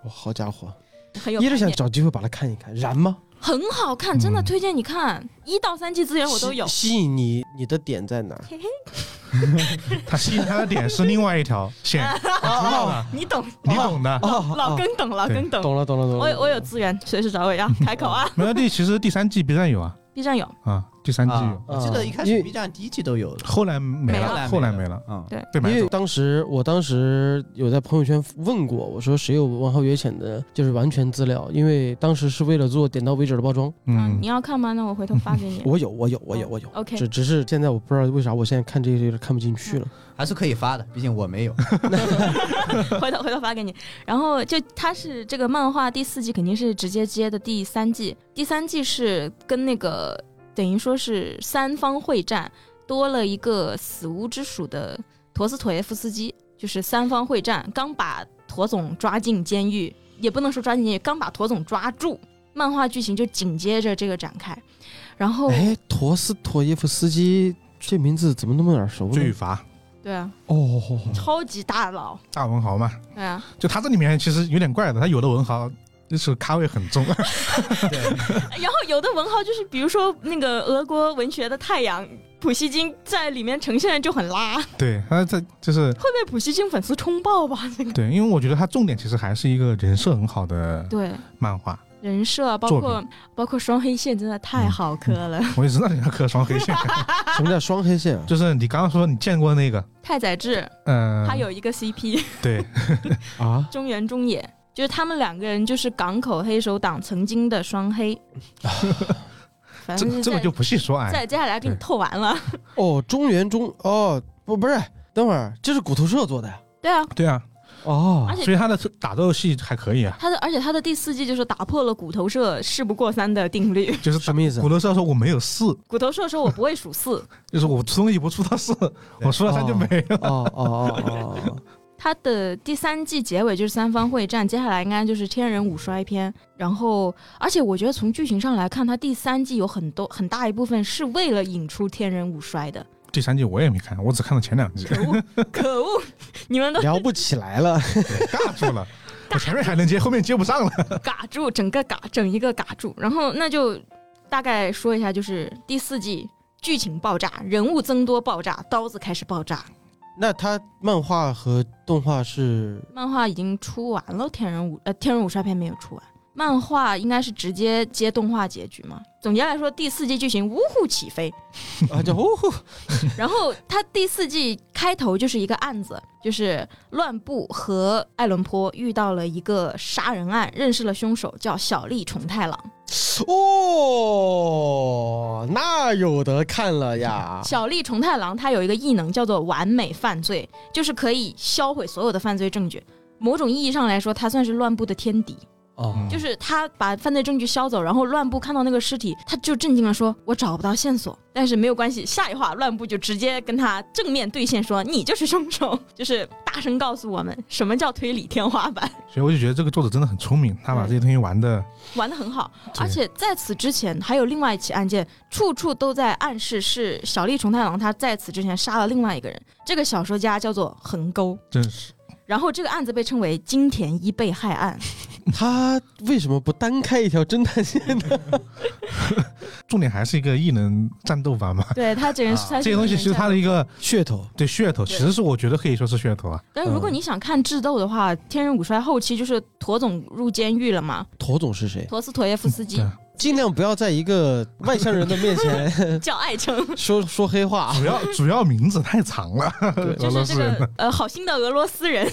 哇，好家伙， 很有一直概想念找机会把它看一看，燃吗？很好看，真的嗯推荐你看。一到三季资源我都有，吸吸引你，你的点在 哪儿？他吸引他的点是另外一条线，知道的，你懂，你懂的。哦哦老跟懂，老跟懂。懂了，懂了，懂了。我有我有资源，随时找我要开口嗯 啊没有第，其实第三季 B 站有啊！B 站有，啊，第三季啊有，啊我记得一开因始为 B 站第一季都有了，后来没没了，了后来没了，嗯，被因买为走。当时，我当时有在朋友圈问过，我说谁有王浩月浅的，就是完全资料，因为当时是为了做点到为止的包装。嗯，嗯你，要看吗？那我回头发给 你。我有，我有，我有，我有。 哦 OK，只只是现在我不知道为啥，我现在看这个有点看不进去了。还是可以发的，毕竟我没有。 回头回头发给你。然后就它是这个漫画第四季肯定是直接接的第三季，第三季是跟那个等于说是三方会战，多了一个死无之属的陀思妥耶夫斯基，就是三方会战，刚把陀总抓进监狱，也不能说抓进监狱，刚把陀总抓住，漫画剧情就紧接着这个展开。然后，哎，陀思妥耶夫斯基这名字怎么那么耳熟罪与呢？罚，对啊，哦，超级大佬，大文豪嘛，对啊，就他这里面其实有点怪的，他有的文豪就是咖位很重， 然后有的文豪就是，比如说那个俄国文学的《太阳》，普希金在里面呈现的就很拉， 会对，他这就是被普希金粉丝冲爆吧？这个对，因为我觉得他重点其实还是一个人设很好的对漫画，人设，包作嗯括包括双黑线，真的太好磕了。我就知道你要磕双黑线，什么叫双黑线啊？ 就是你刚刚说你见过那个，太宰治嗯，他有一个 CP，、对，啊， 中原中野，就是他们两个人就是港口黑手党曾经的 双黑，反这正个是这个在就不细嗯说哎，在接下来给你透完了。哦，中原中哦，不不是，等会儿这是骨头社做的呀。对啊，对啊，哦而，且所以他的打斗戏还可以啊，他的而且他的第四季就是打破了骨头社事不过三的定律。就是什么意思啊骨？头社说我没有四，骨头社说我不会数四，就是我出东西不出到四，我出到三就没了。 哦哦哦哦哦，它的第三季结尾就是三方会战，接下来应该就是天人五衰篇。然后，而且我觉得从剧情上来看，它第三季有很多很大一部分是为了引出天人五衰的。第三季我也没看，我只看了前 两季，可恶，可恶！你们都聊不起来了。尬住 了。我前面还能接，后面接不上了。 嘎住，整个嘎，整一个嘎住。然后那就大概说一下，就是第四季剧情爆炸，人物增多爆炸，刀子开始爆炸。 那它漫画和动画是漫画已经出完了，《天人五》呃，《天人五刷篇》没有出完。漫画应该是直接接动画结局嘛？总结来说，第四季剧情呜呼起飞， 啊，叫哦吼，然后它第四季开头就是一个案子，就是乱步和爱伦坡遇到了一个杀人案，认识了凶手叫小栗重太郎。哦，那有的看了呀。小栗重太郎他有一个异能叫做完美犯罪，就是可以销毁所有的犯罪证据。某种意义上来说，他算是乱步的天敌。哦，就是他把犯罪证据销走，然后乱步看到那个尸体，他就震惊了，说：“我找不到线索。”但是没有关系，下一话乱步就直接跟他正面对线说：“你就是凶手。”就是大声告诉我们什么叫推理天花 板，所以我就觉得这个作者真的很聪明，嗯他把这些东西玩的，玩的很好。对而且在此之前还有另外一起案件，处处都在暗示是小栗重太郎他在此之前杀了另外一个人，这个小说家叫做横沟。真是然后这个案子被称为金田一被害案，他为什么不单开一条侦探线呢？重点还是一个异能战斗版嘛。对他整个啊他这些东西其实它的一个 噱头，对噱头，其实是我觉得可以说是噱头啊。但是如果嗯你想看智斗的话，天人五衰后期就是驼总入监狱了嘛，驼总是谁？陀思妥耶夫斯基对尽量不要在一个外乡人的面前 叫爱称，说说黑话。主要主要名字太长了，俄就罗是这斯人个呃好心的俄罗斯人。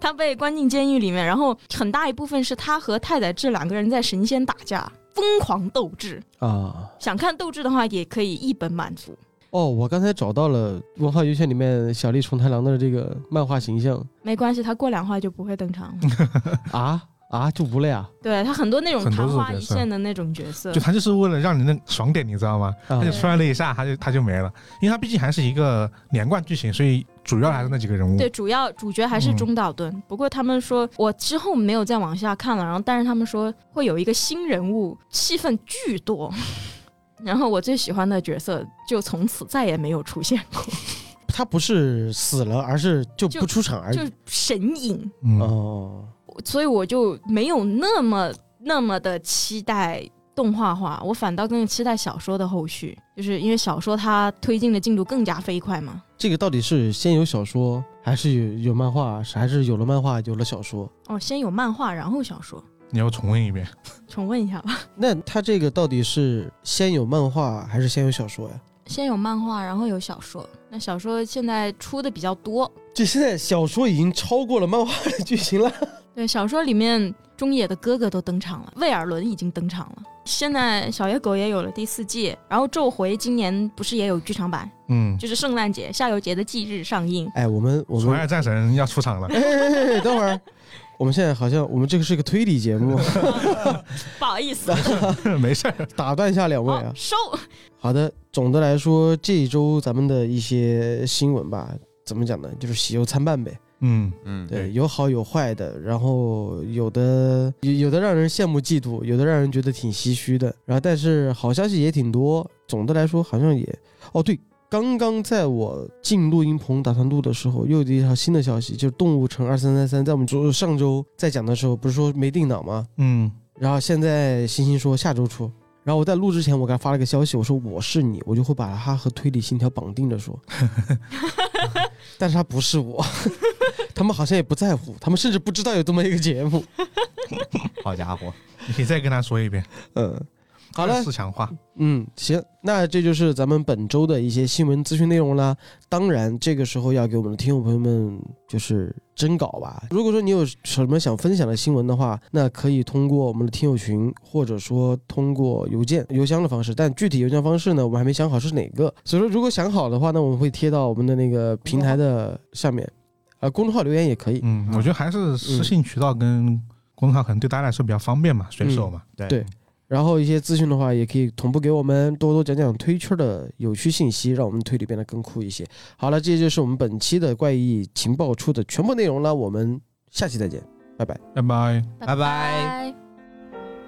他被关进监狱里面，然后很大一部分是他和太宰治两个人在神仙打架，疯狂斗智。啊。想看斗智的话，也可以一本满足。哦，我刚才找到了文化优选里面小栗虫太郎的这个漫画形象没关系，他过两话就不会登场 了。啊啊，就无了呀。对他很多那种很多昙这种花角一色现的那种角色就，他就是为了让你那爽点，你知道吗？啊他就摔了一下，他就他就没了，因为他毕竟还是一个连贯剧情，所以主要还是那几个人物。对，主要主角还是中岛敦。不过他们说，我之后没有再往下看了，然后但是他们说会有一个新人物，戏份巨多。 然后我最喜欢的角色就从此再也没有出现过，他不是死了，而是就不出场而已就。神隐，嗯，哦，所以我就没有那么那么的期待动画化，我反倒更期待小说的后续，就是因为小说它推进的进度更加飞快嘛。这个到底是先有小说，还是有有漫画，还是有了漫画有了小说？哦，先有漫画，然后小说，你要重温一遍。重问一下吧。那他这个到底是先有漫画，还是先有小说呀？先有漫画，然后有小说。那小说现在出的比较多，这现在小说已经超过了漫画的剧情了。对，小说里面中野的哥哥都登场了，魏尔伦已经登场了。现在小野狗也有了第四季，然后咒回今年不是也有剧场版，嗯，就是圣诞节夏油杰的忌日上映。哎，我们我纯们爱战神要出场了，哎哎哎哎，等会儿，我们现在好像我们这个是个推理节 目，不好意思，没事儿。打断一下两位哦啊。收。好的，总的来说，这一周咱们的一些新闻吧，怎么讲呢？就是喜忧参半呗。嗯，嗯，对，对有好有坏的，然后有的有有的让人羡慕嫉妒，有的让人觉得挺唏嘘的。然后，但是好消息也挺多，总的来说好像也哦对。刚刚在我进录音棚打算录的时候，又有一条新的消息，就是《动物城二三三三》在我们周上周在讲的时候，不是说没定档吗？嗯，然后现在欣欣说下周出，然后我在录之前我给他发了个消息，我说我是你，我就会把他和推理信条绑定着说， 但是他不是我， 他们好像也不在乎，他们甚至不知道有这么一个节目。好家伙，你可以再跟他说一遍。嗯，好了二，次强化。嗯，行，那这就是咱们本周的一些新闻资讯内容啦。当然，这个时候要给我们的听众朋友们就是征稿吧。如果说你有什么想分享的新闻的话，那可以通过我们的听友群，或者说通过邮件、邮箱的方式。但具体邮箱方式呢，我们还没想好是哪个。所以说，如果想好的话，那我们会贴到我们的那个平台的下面，呃，公众号留言也可以。嗯，我觉得还是私信渠道跟公众号可能对大家来说比较方便嘛，随手嘛。对然后一些资讯的话，也可以同步给我们多多讲讲推圈的有趣信息，让我们推理变得更酷一些。好了，这就是我们本期的怪异情报处的全部内容了，我们下期再见，拜拜。拜拜。拜拜